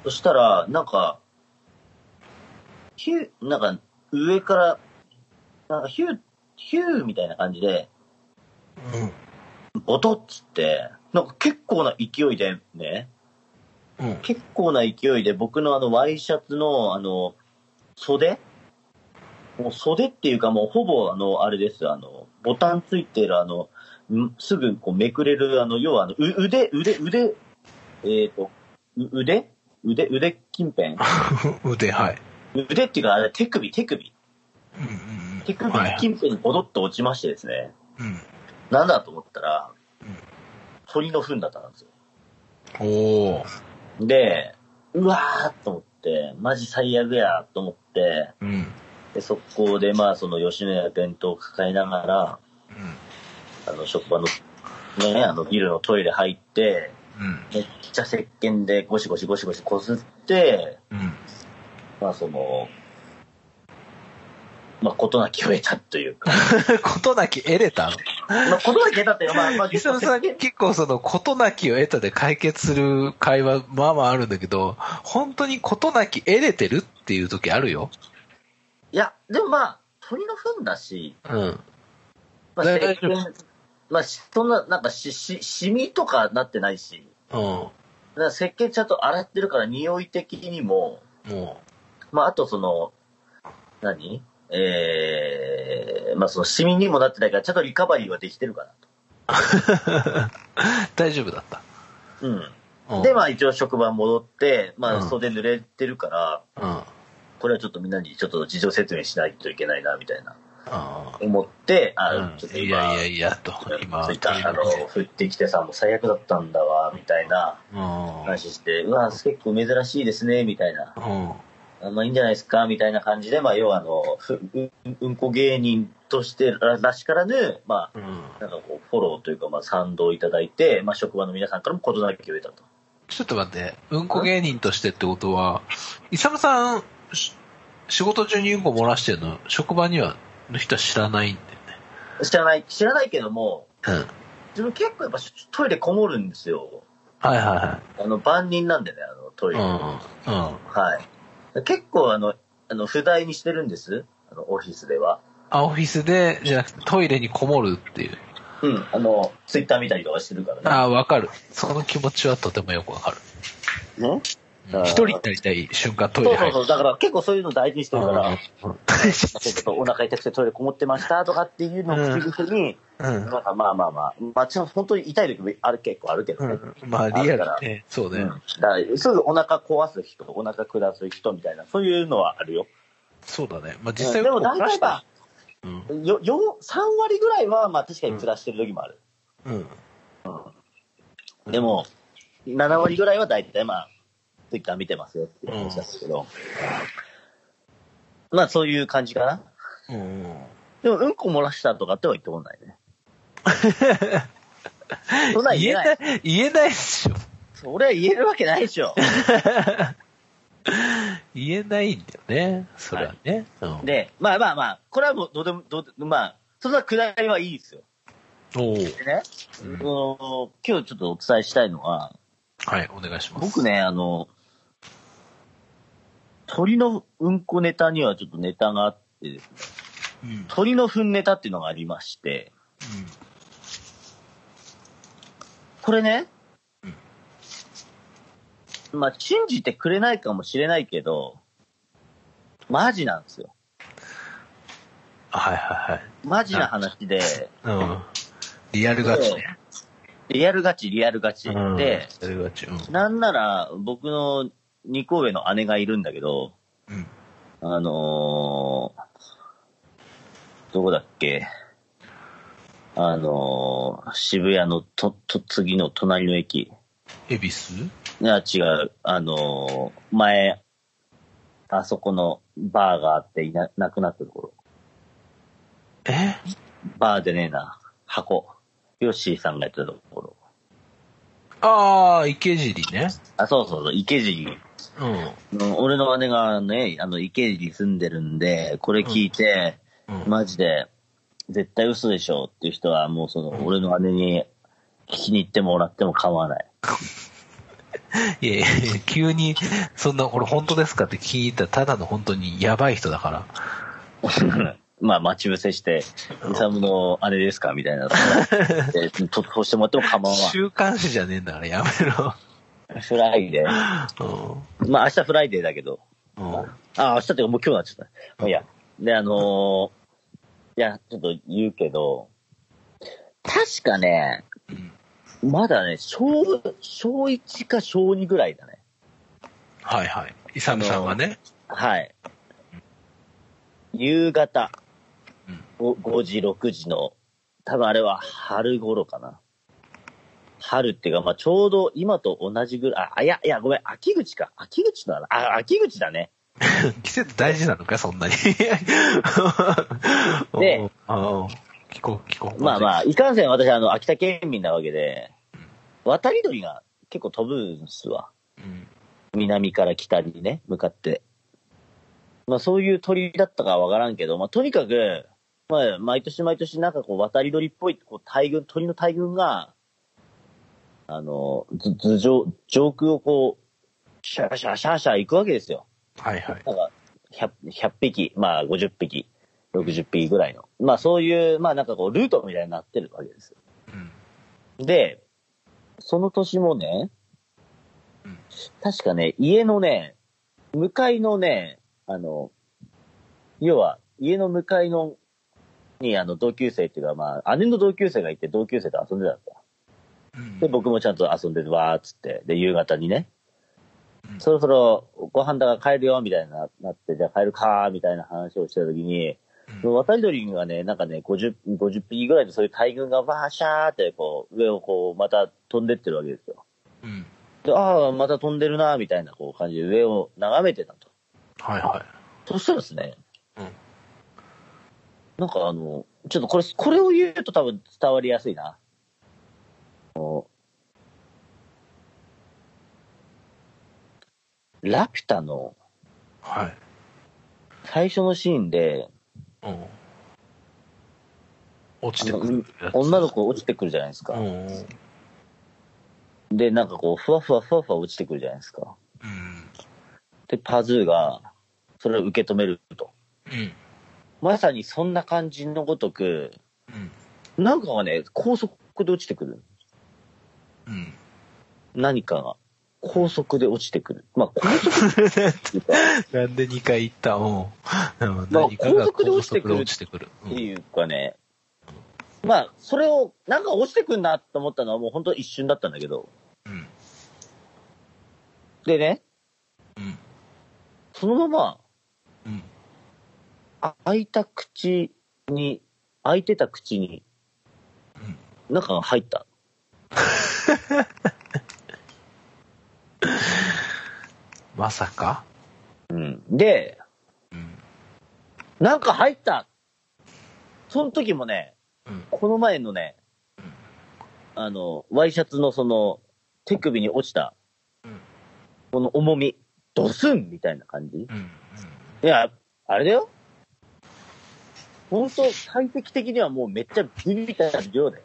そしたら、なんか、ヒュー、なんか、上から、なんかヒュー、ヒューみたいな感じで、ボトッつって、なんか結構な勢いでね、うん。うん。結構な勢いで僕のあのワイシャツのあの袖もう袖っていうかもうほぼあのあれですあのボタンついてるあのんすぐこうめくれるあの要はあのう腕腕腕えっ、とう腕腕腕近辺 [LAUGHS] 腕、はい。腕っていうかあれ手首手首うんうんうん。手首はいはい近辺にボドッと落ちましてですねうん。なんだと思ったらうん鳥の糞だったんですよおー。でうわーっと思ってマジ最悪やと思ってうん。うん。で、速攻で、まあ、その吉野家弁当を抱えながら、あの、職場の、ね、あの、ビルのトイレ入って、うん。めっちゃ石鹸でゴシゴシゴシゴシこすって、うん。まあ、その、まあ、事なきを得たとい [LAUGHS] うか、ことなき得れたのまあ、事なきを得たっていうか、まあ、まあ、磯野さん石鹸結構そのことなきを得たで解決する会話まあまああるんだけど、本当にことなき得れてるっていう時あるよ。いや、でもまあ、鳥の糞だし、うん。まあ、大石丈夫鹸、まあ、しそんな、なんか、し、し、シミとかなってないし、うん。もだから石鹸ちゃんと洗ってるから、匂い的にも、う。まあ、あとその、何ええまあその市民にもなってないから、ちゃんとリカバリーはできてるかな [LAUGHS] 大丈夫だった。と。うん。うんで、まあ一応職場戻って、まうあん袖濡れてるから、うん。うん。これはちょっとみんなにちょっと事情説明しないといけないな、みたいな。あ思って、あ、ちょっとい今、やいやいや、と、今、ツイッター、あの、降ってきてさ、もう最悪だったんだわ、みたいなう話して、うわ、結構珍しいですね、みたいな。ん。うん。あまあいいんじゃないですかみたいな感じで、まあ、要はあの、ふうんうんこ芸人としてららしからぬ、まうん。あ、なんかこう、フォローというか、まあ、賛同いただいて、まあ、職場の皆さんからも事なきを得たと。ちょっと待って、うんこ芸人としてってことは、イサムさん、し仕事中にうんこ漏らしてるの、職場には、の人は知らないん知らない、知らないけども、だよね。自分結構やっぱしトイレこもるんですよ。うん。はいはあの、万人なんでね、あの、トイいレ。はい。うん。うん。はい。結構あの、あの、不在にしてるんです。あの、オフィスでは。あ、オフィスで、じゃなくてトイレにこもるっていう。うん。あの、ツイッター見たりとかしてるからね。ああ、わかる。その気持ちはとてもよくわかる。ねうんあー一人になりたい瞬間トイそレうそ入る。うそう。だから結構そういうの大事にしてるから。うんちょっとお腹痛くてトイレこもってましたとかっていうのを聞くとに、うん。なんかまあまあまあ、まあ、ちょっと本当に痛い時もある結構あるけどね。うんまあ、リアルね。そううんね。だからすぐお腹壊す人、お腹下す人みたいな、そういうのはあるよ。そうだね。まあ、う実ん際でも大体は、うん。よよ3割ぐらいは、まあ確かに下してる時もある。うん。うんでも、7割ぐらいは大体まあ、ツイッター見てますよっていう話なんですけど。まあそういう感じかな。うん。でも、うんこ漏らしたとかっては言ってこ [LAUGHS] ないね。そんなん言え言えないな。い、言えないっすよ。それは言えるわけないでしょ。言えないんだよね。それはね。うん、で、まあまあまあ、これはもうどうでも、どうでも、まあ、そんなくだりはいいですよ。おーでね、うんその今日ちょっとお伝えしたいのは、はい、お願いします。僕。ね、あの、鳥のうんこネタにはちょっとネタがあってですね、うん。うん。鳥の糞ネタっていうのがありまして、これね、まあ、信じてくれないかもしれないけど、マジなんですよ。はいはいマジな話で、はい。うん。リアルガチね。リアルガチ、リアルガチ。うんで、リアルガチ。うん。なんなら僕の二個上の姉がいるんだけど、うん。あのー、どこだっけあのー、渋谷のと、と、次の隣の駅。恵比寿いや、違う。あのー、前、あそこのバーがあっていな、なくなったところ。えバーでねえな。箱。ヨッシーさんがやってたところ。ああ、池尻ね。あ、そうそうそう、池尻。うん。うん俺の姉がね、あの、池尻に住んでるんで、これ聞いて、うん。マジで、絶対嘘でしょっていう人は、もうその、俺の姉に聞きに行ってもらっても構わない。いやいや急に、そんな、これ本当ですかって聞いたら、ただの本当にやばい人だから。まあ、待ち伏せして、イサムの姉ですかみたいな。 [LAUGHS] で突破してもらっても構わな週刊誌じゃねえんだからやめろ。い。フライデー。まあ、明日フライデーだけど。うん。うん。あ、明日っていうかもう今日になっちゃった。いや、で、あのーいや、ちょっと言うけど、確かね、うんまだね、小、小1か小2ぐらいだね。はいはい。イサムさんがね。はい。夕方、うんご5時、6時の、多分あれは春頃かな。春っていうか、まあ、ちょうど今と同じぐらい、あ、いや、いや、ごめん、秋口か。秋口だな。あ、秋口だね。季節大事なのか、そ [LAUGHS] んなに。でうん、うん聞こう、聞こう。まあまあ、いかんせん私、あの、秋田県民なわけで、渡り鳥が結構飛ぶんすわ。うん。南から北にね、向かって。まあそういう鳥だったかはわからんけど、まあとにかく、まあ毎年毎年なんかこう渡り鳥っぽいこう大群、鳥の大群が、あの、ず頭上、上空をこう、シャーシャーシャーシャー行くわけですよ。はいはい。なんか 100, 100匹、まあ50匹、60匹ぐらいの。まあそういう、まあなんかこうルートみたいになってるわけです。うん。で、その年もねうん、確かね、家のね、向かいのね、あの、要は、家の向かいの、に、あの、同級生っていうか、まあ、姉の同級生がいて、同級生と遊んでたんだ。うんで、僕もちゃんと遊んで、わーっつって、で、夕方にねう、んそろそろご飯だから帰るよ、みたいにななって、じゃあ帰るかー、みたいな話をしてた時に、うんその渡り鳥がね、なんかね、50、50匹ぐらいのそういう大群がわーシャーって、こう、上をこう、また飛んでってるわけですよ。うん。で、ああ、また飛んでるな、みたいなこう感じで上を眺めてたと。はいはそしたらですね、うんなんかあの、ちょっとこれ、これを言うと多分伝わりやすいな。あのラピュタのい。はい。最初のシーンで、うん。落ちてくあのるやつ。女の子落ちてくるじゃないですうか。ん。うん。で、なんかこう、ふわふわふわふわ落ちてくるじゃないですか。で、パズーが、それを受け止めると。うん。まさにそんな感じのごとく、うん。なんかがね、高速で落ちてくる。うん。何かが。高速で落ちてくる。まあ、高速っていうか、なんで2回行ったうん。うんまあ何かが高速で落ちてく高速でる落ちてくる。うっんていうかね。まあ、それを、なんか落ちてくんなと思ったのはもう本当一瞬だったんだけど。うん。でね、うん。そのまま、うん。あ開いた口に、開いてた口に、中が入った。まさかうん。で、うん。なんか入ったその時もね、うん。この前のね、あの、ワイシャツのその、手首に落ちたうん、この重み、ドスンみたいな感じ。うん。いや、あれだよ。本当体積的にはもうめっちゃビビった量だよ。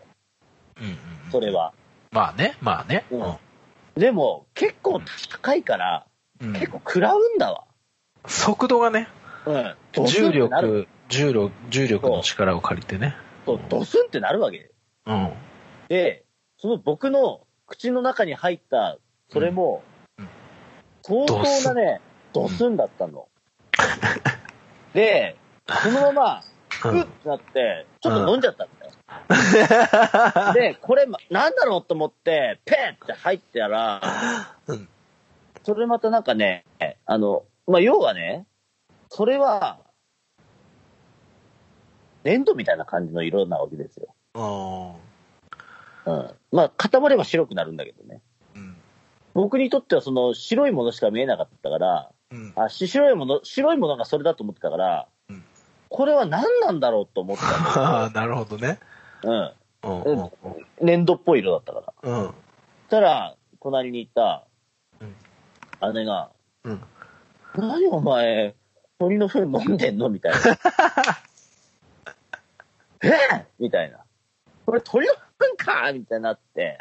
うん。うん。それは。まあね、まあね。うんでも、結構高いから、うん。結構食らうんだわ。速度がね、うん。ドスン重ってなる。力、重力、重力の力を借りてね。そうドスンってなるわけ。うん。で、その僕の口の中に入った、それもうん、相当なね、ドドスンスンだったの。で、そのまま、うグッん。てなって、ちょっと飲んじゃったんだよ。で、これ、なんだろうと思って、ペッって入ったらうん、それまたなんかね、あの、まあ、要はね、それは、粘土みたいな感じの色なわけですよ。うんうん。まあ、固まれば白くなるんだけどね。うん。僕にとってはその白いものしか見えなかったから、うん。あ、し白いもの、白いものがそれだと思ってたからうん、これは何なんだろうと思った [LAUGHS] ああ、なるほどね。の。うん。うん。粘土っぽい色だったから。うん。たら、隣にいたうん、姉が、うん。何お前、鳥の糞飲んでんのみたいな。 [LAUGHS] えっみたいな。これ鳥の糞かみたいになって、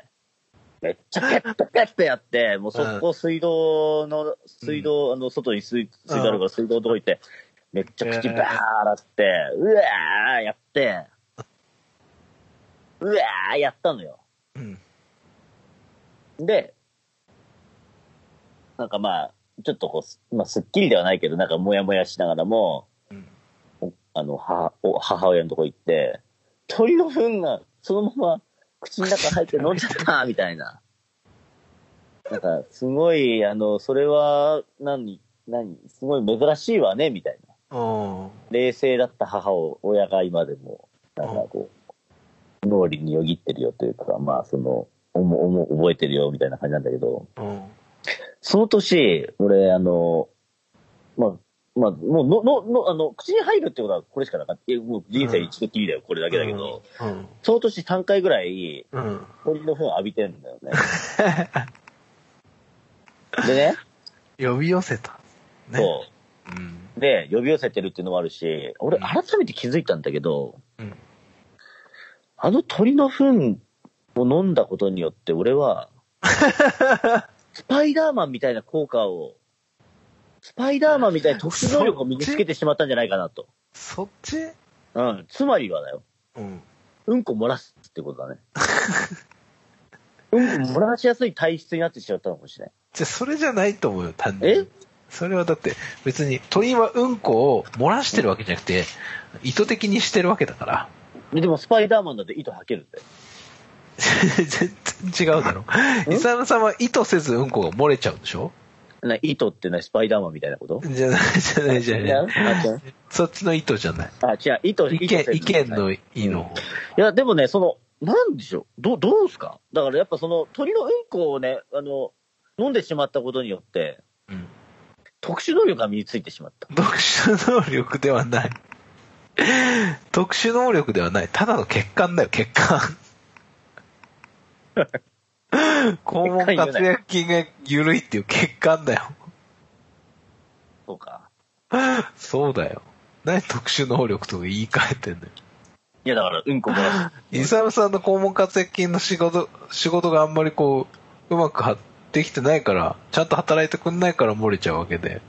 めっちゃペッペッペッペやって、もうそこ水道の、水道、あの、外に水水道あるから水道のとこ行って、めっちゃ口バー洗って、うわーやって、うわーやったのよ。うん。で、なんかまあ、ちょっとこう、まあ、すっきりではないけど、なんかもやもやしながらも、うんおあの、母、お母親のとこ行って、鳥の糞がそのまま口の中入って飲んじゃった、みたいな。なんか、すごい、あの、それは、何、何、すごい珍しいわね、みたいな。おー冷静だった母を、親が今でも、なんかこう、脳裏によぎってるよというか、まあ、その、おも、おも、覚えてるよ、みたいな感じなんだけど、おその年、俺、あの、まあ、まあ、もう、の、の、の、あの、口に入るってことはこれしかなかった。えもう人生一度きりだよ、これだだけだけど、。うん。その年3回ぐらい、うん。鳥の糞浴びてん [LAUGHS] だよね。でね、呼び寄せた。ね。。そううん。う。で、呼び寄せてるっていうのもあるし、俺、うん改めて気づいたんだけど、うんあの鳥の糞を飲んだことによって、[LAUGHS] 俺は、スパイダーマンみたいな効果を、スパイダーマンみたいな特殊能力を身につけてしまったんじゃないかなと。そっちうん。つまりはだよ。うん。うんこ漏らすってこと [LAUGHS] だね。うんこ漏らしやすい体質になってしまったのかもしれない。じゃ、それじゃないと思うよ、単純にえそれはだって、別に鳥はうんこを漏らしてるわけじゃなくて、意図的にしてるわけだから。ででもスパイダーマンだって糸吐けるんだよ。全然違うだろ。んイサムさんは意図せずうんこが漏れちゃうでしょな糸ってね、スパイダーマンみたいなことじゃない、じゃない、じゃない。違うそっちの意図じゃない。あ、違う。糸、意糸見せ、ず意見の意の方。いや、でもね、その、なんでしょう。どう、どうすかだからやっぱその、鳥のうんこをね、あの、飲んでしまったことによって、うん。特殊能力が身についてしまった。特殊能力ではない。特殊能力ではない。ただの欠陥だよ、欠陥。肛門活躍筋が緩いっていう欠陥だよ。そうか。そうだよ。何特殊能力とか言い換えてんだよ。いや、だから、うんこ漏らす。 [LAUGHS] イサムさんの肛門活躍筋の仕事、仕事があんまりこう、うまくはできてないから、ちゃんと働いてくんないから漏れちゃうわけで。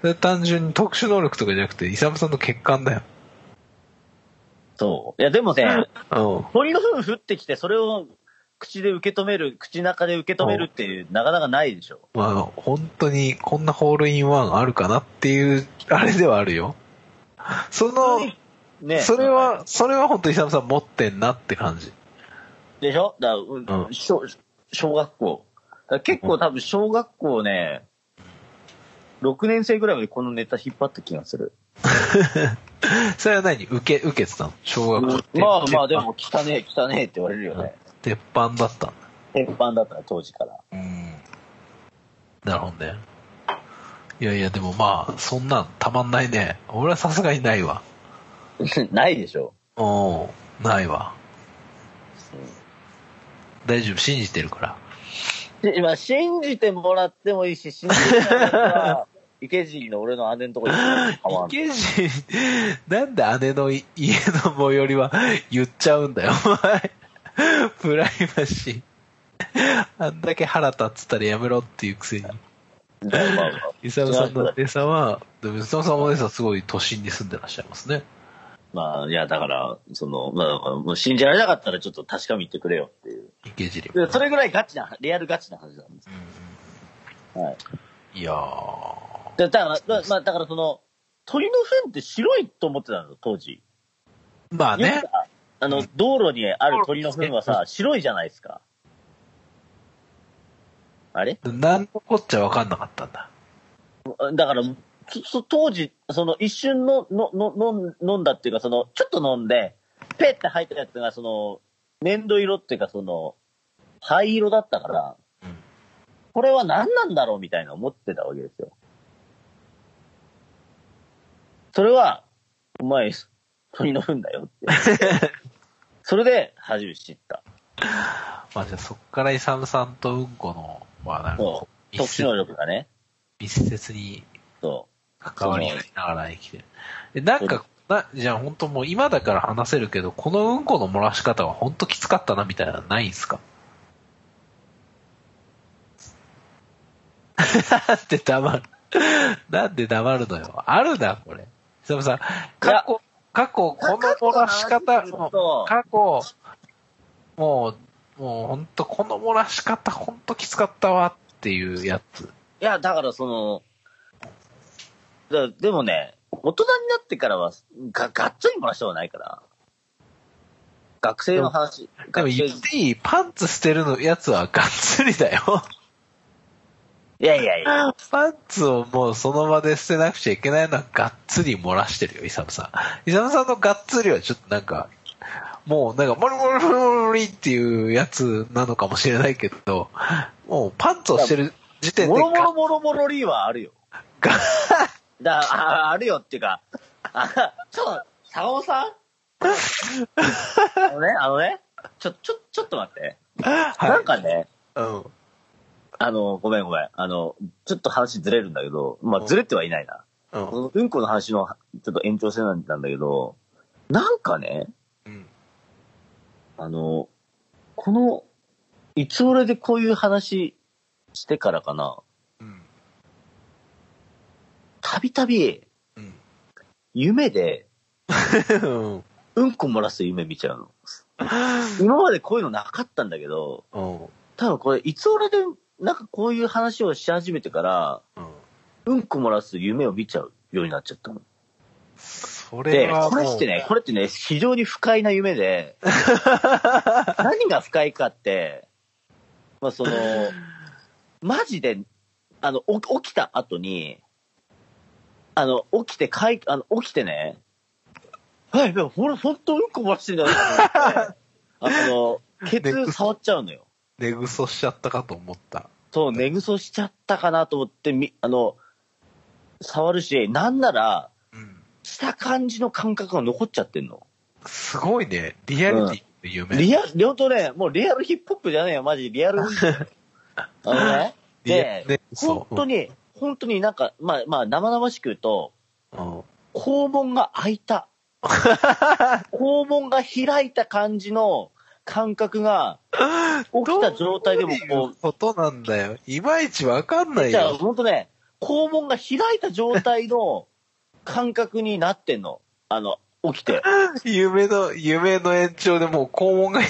それ単純に特殊能力とかじゃなくて、イサムさんの欠陥だよ。そう。いや、でもね、うん。鳥の糞降ってきて、それを口で受け止める、口中で受け止めるっていう、なかなかないでしょ。まあ、本当にこんなホールインワンあるかなっていう、あれではあるよ。その、ね。それは、それは本当イサムさん持ってんなって感じ。でしょだから、うんうん小小学校。だから結構多分小学校ね、6年生ぐらいまでこのネタ引っ張った気がする。それは何受け、受けてたの小学校って。まあまあでも汚ねえ汚ねえって言われるよね。鉄板。鉄板だったんだ。鉄板だったら当時から。 [LAUGHS] うん。なるほどね。いやいや、でもまあ、そんなんたまんないね。俺はさすがにないわ。ないでしょ。おないわ。大丈夫、信じてるから。で今信じてもらってもいいし、信じてもらった [LAUGHS] ら、池尻の俺の姉のとこに構わん。池尻、なんで姉のい家の最寄りは言っちゃうんだよ、 [LAUGHS] お前。プライバシー。あんだけ腹立つったらやめろっていうくせに。まあまあまあイサムさんのお姉さんは、でもイサムさんのお姉さんはすごい都心に住んでらっしゃいますね。まあ、いや、だから、その、まあだから、もう信じられなかったらちょっと確かめてくれよっていう。池尻もでそれぐらいガチな、リアルガチな話なんです。はい。いやー。でだから、だまあ、だからその、鳥の糞って白いと思ってたの、当時。まあよねく。さあの、道路にある鳥の糞はさ、白いじゃないですか。あれなんのこっちゃわかんなかったんだ。だから、そそ当時、その一瞬の、の、の、の、飲んだっていうか、その、ちょっと飲んで、ペって入ったやつが、その、粘土色っていうか、その、灰色だったからうん、これは何なんだろうみたいな思ってたわけですよ。それは、お前、鳥の糞だよって。それで、初めて知った。まあじゃあそこからイサムさんとうんこのはなんかそこう。う密特殊接能力がね。密接にそ関わり合いながら生きてる。え、なんか、なじゃあ本当もう今だから話せるけど、このうんこの漏らし方は本当きつかったなみたいなのないんすか [LAUGHS] なんで黙る [LAUGHS] なんで黙るのよ。あるな、これ。久さん、過去、過去、この漏らし過方、去の話するともう過去、もう、もう本当この漏らし方本当きつかったわっていうやつ。う。いや、だからその、だでもね、大人になってからは、が、がっつり漏らしたことないから。学生の話、でも学生言っていいパンツ捨てるのやつはがっつりだよ。 [LAUGHS] いやいやいや。パンツをもうその場で捨てなくちゃいけないのはがっつり漏らしてるよ、イサムさん。イサムさんのがっつりはちょっとなんか、もうなんか、モリモリモリモリっていうやつなのかもしれないけど、もうパンツをしてる時点もでろもがろもろもろりはあるよ。がだああるよっていうか、あちょっと、坂本さんあのね、あのね、ちょ、ちょ、ちょっと待って。なはんい。かね、うん。あの、ごめんごめん。あの、ちょっと話ずれるんだけど、まあずれてはいないな。うん。このうんこの話のちょっと延長線なんだけど、なんかね、うん。あの、この、いつ俺でこういう話してからかな、うん。たびたびうん。夢でうん。うんこ漏らす夢見ちゃうの。今までこういうのなかったんだけど、うん。多分これ、いつ俺で、なんかこういう話をし始めてから、うん。うんこ漏らす夢を見ちゃうようになっちゃったの。それで、はこれもっうて、ね、これってね、非常に不快な夢で、何が不快かって、まあその、マジで、あの、お起きた後に、あの、起きて、かい、あの、起きてね、はい、でもほら、ほんとうんこ漏らしてんだなと思って、あの、ケツ触っちゃうのよ。寝ぐそしちゃったかと思った。そう、寝ぐそしちゃったかなと思って、み、あの、触るし、なんなら、うん。した感じの感覚が残っちゃってんの。すごいね。リアリティの夢。リア、両とね、もうリアルヒップホップじゃないよ、マ [LAUGHS] ジ、リアル。あのね、で、ね、本当に。に、本当になんか、まあ、まあ、生々しく言うと、うん。肛門が開 [LAUGHS] いた。肛門が開いた感じの感覚が、起きた状態でもどこうういう、ことなんだよ。いまいちわかんないじゃあ、よ。ほんとね、肛門が開いた状態の感覚になってんの。あの、起きて。夢の、夢の延長でもう肛 [LAUGHS] 門が、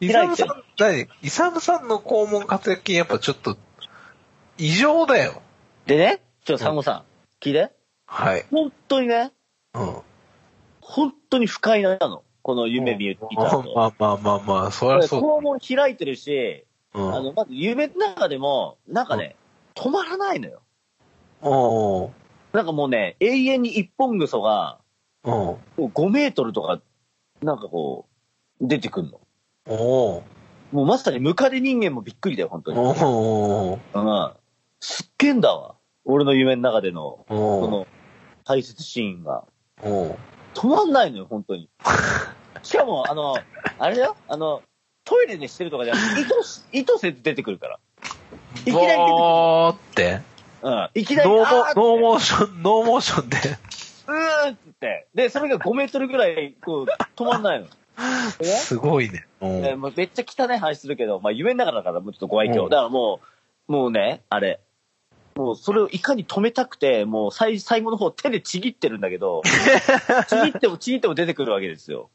イサムさん、何イサムさんの肛門活躍筋やっぱちょっと、異常だよ。でね、ちょ、サンゴさん、聞いて。はい。本当にね、うん。本当に不快なの。この夢見る見たまあと。まあまあまあまあ、そこりれゃそ肛門開いてるし、う。うあん。の、まず夢の中でも、なんかね、止まらないのよ。おうなんかもうね、永遠に一本ぐそが、おうもう5メートルとか、なんかこう、出てくんの。おうもうまさにムカデ人間もびっくりだよ、本当に。おううん。すっげえんだわ。俺の夢の中での、こおうの、排泄シーンが。おう止まんないのよ、本 [LAUGHS] 当に。しかも、あの、あれだよ、あの、トイレでしてるとかじゃなくて、意図し、意図せず出てくるかきなり出てくるボーって。ら。うん。いきなり、ノーモあーってノーモーション、ノーモーションで、うーんって。で、それが5メートルぐらい、こう、止ま [LAUGHS] んないの。 [LAUGHS] ですごいね。うんね、もうめっちゃ汚い話するけど、まあ、夢の中だから、もうちょっとご愛う嬌。んだからもう、もうね、あれ。もう、それをいかに止めたくて、もう、最、最後の方、手でちぎってるんだ [LAUGHS] けど、ちぎってもちぎっても出てくるわけですよ。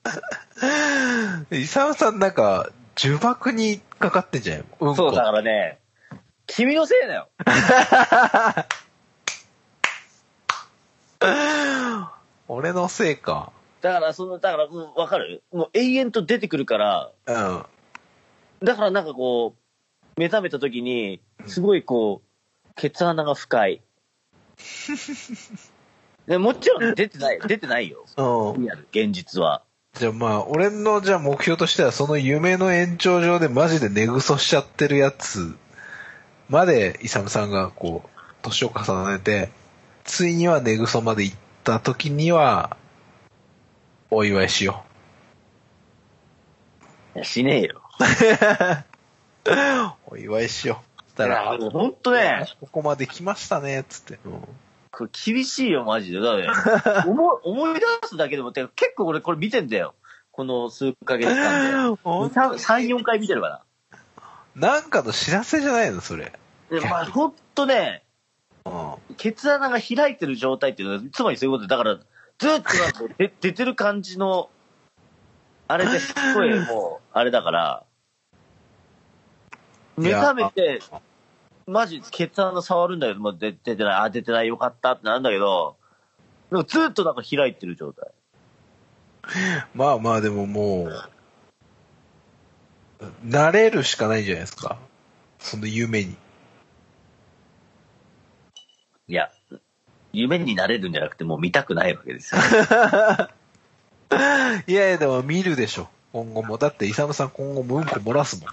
イサムさんなんか、呪縛にかかってんじゃないうんこ。そう、だからね、君のせいだよ。俺のせいか。だから、その、だから、もうわかるもう永遠と出てくるから、うん。だからなんかこう、目覚めた時に、すごいこう、ケツ穴が深い。でもちろん出てない、出てないよ。うん。リアル、現実は。じゃあまあ、俺のじゃあ目標としては、その夢の延長上でマジで寝ぐそしちゃってるやつまで、イサムさんがこう、年を重ねて、ついには寝ぐそまで行った時には、お祝いしよう。いやしねえよ。お祝いしよう。つっいたらや、、もうほんとね、ここまで来ましたね、つって。これ厳しいよ、マジで。だね。思い思い出すだけでも、てか結構俺これ見てんだよ。この数ヶ月 [LAUGHS] 間ほんで。と3、4回見てるかなんかの知らせじゃないの、それ。な。で、まあ、ほんとね、うん。血穴が開いてる状態っていうのは、つまりそういうことでだから、ずっとなんか出 [LAUGHS] 出てる感じの、あれですっごいもう、あれだから、い目や覚めて、マジ血穴触るんだけど、もう出出てない、あ、出てない、よかったってなるんだけど、でもずっとなんか開いてる状態。まあまあ、でももう、慣れるしかないじゃないですか。その夢に。いや、夢になれるんじゃなくて、もう見たくないわ [LAUGHS] けですよ。いやいや、でも見るでしょ。今後も。だって、イサムさん今後もうんこ漏らすも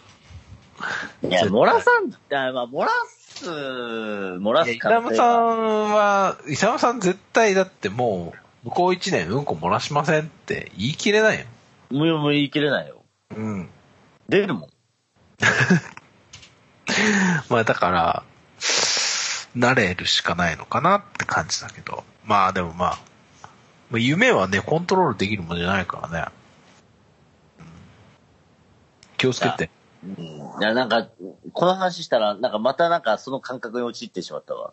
ん。いや、漏らさん、あまあ、漏らす、漏らいや、すイサ可能ム性さはんは、イサムさん絶対だってもう、向こう一年うんこ漏らしませんって言い切れないよ。もうもう言い切れないよ。うん。出るもん。まあだから、慣れるしかないのかなって感じだけど。まあでもまあ、まあ夢はね、コントロールできるもんじゃないからね。うん気をつけて。うんいや、なんか、この話したら、なんかまたなんかその感覚に陥ってしまったわ。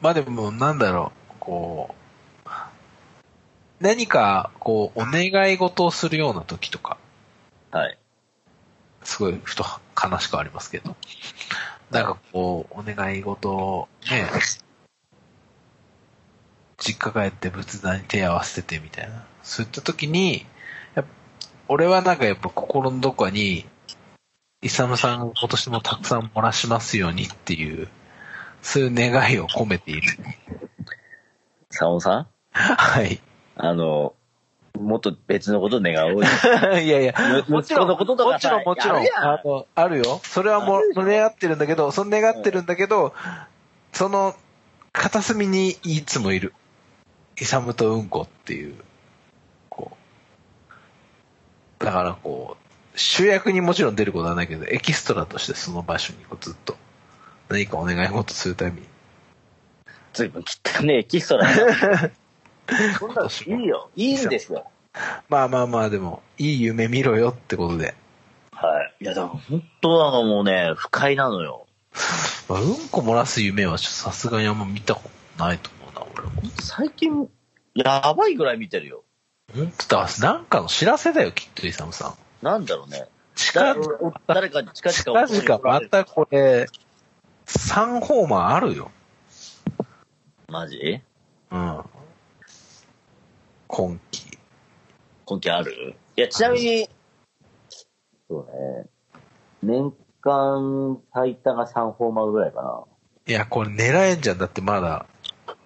まあでも、なんだろう、こう、何か、こう、お願い事をするような時とか、はい。すごい、ふと悲しくはありますけど、なんかこう、お願い事を、ね、実家帰って仏壇に手合わせててみたいな、そういった時に、やっぱ俺はなんかやっぱ心のどこかに、イサムさんが今年もたくさん漏らしますようにっていう、そういう願いを込めている。サオさんはい。あの、もっと別のこと願 [LAUGHS] おうよ。 [LAUGHS] いやいや、ももちろん、息子のことともかちさろん、もちろやんるやんあの、あるよ。それはもあるう、でしょ願ってるんだけど、その願ってるんだけど、その、片隅にいつもいる。イサムとうんこっていう、こう。だからこう、主役にもちろん出ることはないけど、エキストラとしてその場所にこうずっと、何かお願い事するために。ずいぶん汚ねえエキストラだな。そんなの年もいいよ。いいんですよ。まあまあまあ、でも、いい夢見ろよってことで。はい。いや、でも本当なんかもうね、不快なのよ。まあ、うんこ漏らす夢はちょっとさすがにあんま見たことないと思うな、俺も。最近、やばいぐらい見てるよ。本当だ、なんかの知らせだよ、きっと、イサムさん。なんだろうね。近だ々、誰か近近々々またこれ、3ホーマーあるよ。マジうん。今季。根拠あるいや、ちなみに、そうね。年間最多が3ホーマーぐらいかな。いや、これ狙えんじゃん。だってまだ、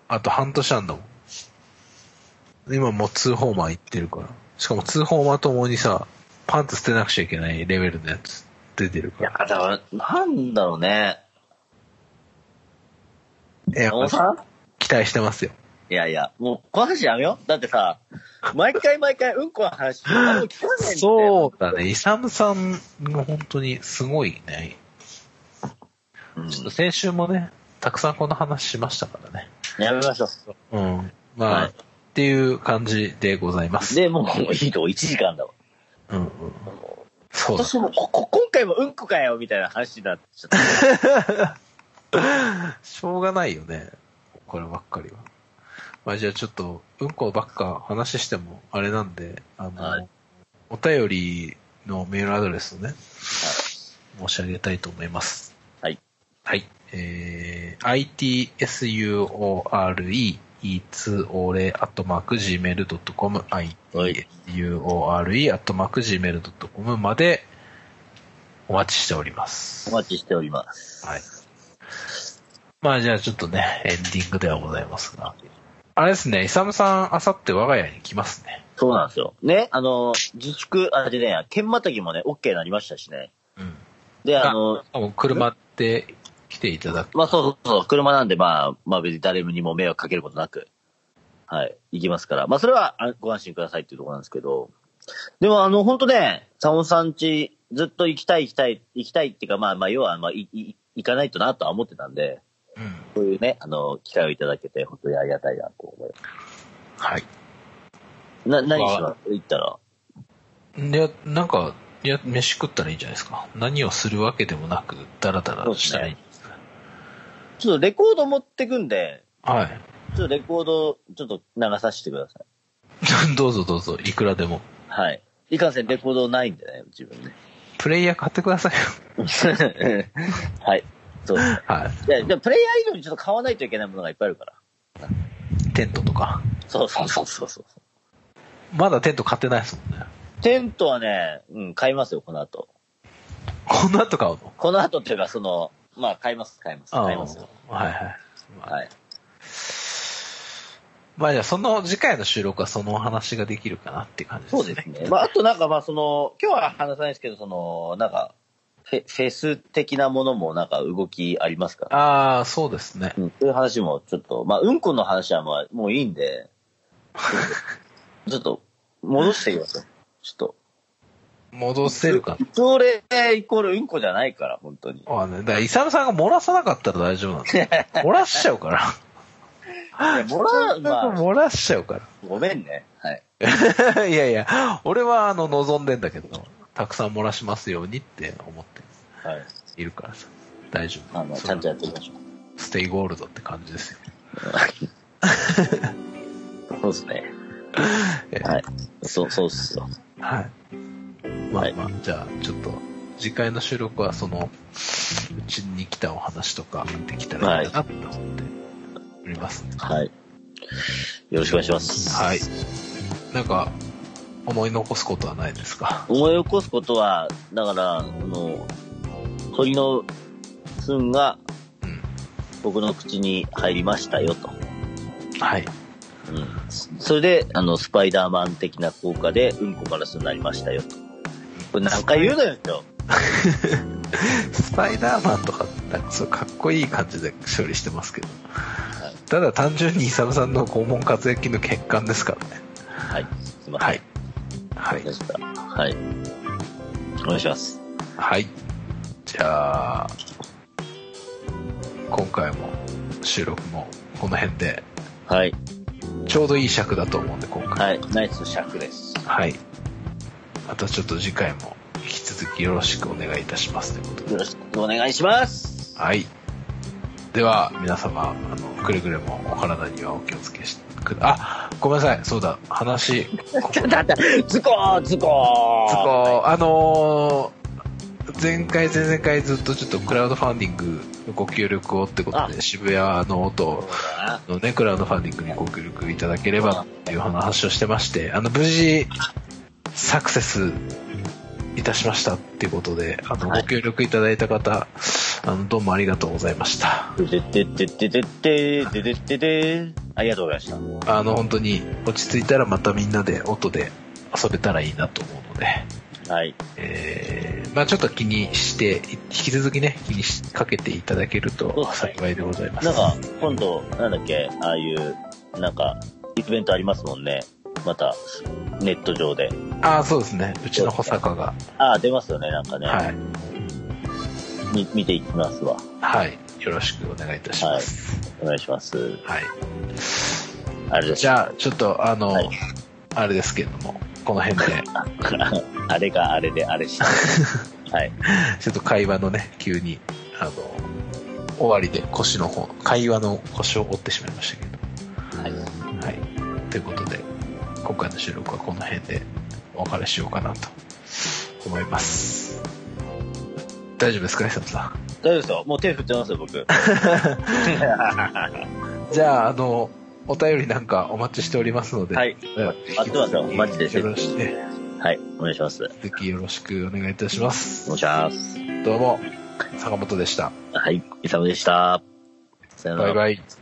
あと半年あんだもん。今もう2ホーマーいってるから。しかも2ホーマーともにさ、パンツ捨てなくちゃいけないレベルのやつ出てるいかやら。、だから、なんだろうね。いや小野さん期待してますよ。いやいや、もう、この話やめよう。だってさ、毎回毎回、うんこの話、誰も聞かないんだよそうだね。イサムさんも本当にすごいね。うん。ちょっと先週もね、たくさんこの話しましたからね。やめましょうん。まあ、はっいていう感じでございまう。す。で、もう、いいとこ、1時間だわ。うんうん。そうだ。私も、ここ、今回もうんこかよ、みたいな話になっちゃった。しょうがないよね。こればっかりは。まあじゃあちょっと、うんこばっか話してもあれなんで、あの、はいお便りのメールアドレスをね、申し上げたいと思います。はい。はい。えー、itsure2ore.gmail.com、はい。 itsure.gmail.com までお待ちしております。お待ちしております。はい。まあじゃあちょっとね、エンディングではございますが。あれですね、イサムさん、あさって我が家に来ますね。そうなんですよ。ね、あの、自粛、あれでね、剣またぎもね、OK になりましたしね。うん。で、あの、多分車で来ていただく。まあそうそうそう、車なんで、まあ、まあ別に誰にも迷惑かけることなく、はい、行きますから。まあそれはあご安心くださいっていうところなんですけど、でも、あの、本当ね、サモさんち、ずっと行きたい、行きたい、行きたいっていうか、まあ、まあ、要は、まあ、いい行かないとなとは思ってたんで、うん。こういうね、あの、機会をいただけて、本当にありがたいなと思いまはい。す。な、何します行ったら。いや、なんか、いや、飯食ったらいいんじゃないですか。何をするわけでもなく、ダラダラしたらいいんですね。ちょっとレコード持ってくんで、はい。ちょっとレコード、ちょっと流させてください。どうぞどうぞ、いく [LAUGHS] らでも。はい。いかんせんレコードないんでね、自分ね。プレイヤー買ってくださいよ。 [LAUGHS] はい。そうですね。はいや、でもプレイヤー以上にちょっと買わないといけないものがいっぱいあるから。い。テントとか。そうそうそうそうそう。まだテント買ってないですもんね。テントはね、うん、買いますよ、この後。こんなと買うのこの後っていうか、その、まあ、買います、買います、買いますよ。あーはいはい。まあはい。まあじゃあ、その、次回の収録はそのお話ができるかなっていう感じですね。そうですね。まあ、あとなんか、まあ、その、今日は話さないですけど、その、なんか、フェフェス的なものもなんか動きありますかああ、そうですね。うん、そういう話もちょっと、まあ、うんこの話はまあ、もういい [LAUGHS] んで、ちょっと、戻していきますよ。ちょっと。戻せるかそれイコールうんこじゃないから、本当に。な。あね、だから、イサムさんが漏らさなかったら大丈夫なんですよ。漏らしちゃうから。もらう、まあ、漏らしちゃうかごめんね。はい。ら。 [LAUGHS] いやいや、俺はあの、望んでんだけど、たくさん漏らしますようにって思ってはい。いるからさ。大丈夫。あの、それちゃんとやっていきましょステイゴールドって感じですよ。う。そうですね。えはい。そう、そうっすよ。はい。まはあいまあ、じゃあ、ちょっと、次回の収録は、その、うちに来たお話とか、できたらいいかなと思っております。はい。よろしくお願いします。はい。なんか、思い残すことはないですか思い起こすことは、だから、あの、鳥の糞がうん。僕の口に入りましたよと。はい。うん。それで、あの、スパイダーマン的な効果で、うんこから巣になりましたよと。これ何回言うのよ、今日。スパイダーマンとか、なんかそうかっこいい感じで処理してますけどい。ただ単純にイサムさんの肛門活躍の欠陥ですからね。はい。すいません。はい。はいで。した。はい。お願いします。はい。じゃあ、今回も収録もこの辺で、はい。ちょうどいい尺だと思うんで、今回。はい。ナイス尺です。はい。またちょっと次回も引き続きよろしくお願いいたしますということで。よろしくお願いします。はい。では、皆様、あの、くれぐれもお体にはお気をつけし、くあ、ごめんなさい、そうだ、話、ここだって、ズコーズコーそこ、あのー前回、前々回ずっとちょっとクラウドファンディングのご協力をってことで、渋谷の音そうだなのね、クラウドファンディングにご協力いただければっていう話をしてまして、あの、無事、サクセスいたしましたっていうことで、あの、はいご協力いただいた方、あの、どうもありがとうございました。ででででででででででありがとうございました。あの、本当に落ち着いたらまたみんなで音で遊べたらいいなと思うので、はい。えー、まあちょっと気にして、い引き続きね、気にしかけていただけるそうとですね幸いでございます。なんか、今度、なんだっけ、ああいう、なんか、イベントありますもんね。また、ネット上で。ああ、そうですね。うちの保坂が、ああ、出ますよね、なんかね。はい、み見ていきますわ。はい、よろしくお願いいたします。お願いします。はい。あれですじ。ゃあ、ちょっと、あの、はいあれですけども、この辺 [LAUGHS] で、あれがあれであれして。はい。ちょっと会話のね、急に、あの、終わりで腰の方、会話の腰を折ってしまいましたけはい。ど。はい。ということで、今回の収録はこの辺でお別れしようかなと思います。大丈夫ですか、久さん。大丈夫ですよ。もう手振ってますよ、 [LAUGHS] 僕。じゃあ、あの、お便りなんかお待ちしておりますので、はい。では。待ってますよマジでよろしく、えはい。お願いします。引き続きよろしくお願いいたします。お願いします。どうも、坂本でした。はい。イサムでした。さよなバらイ。バイ。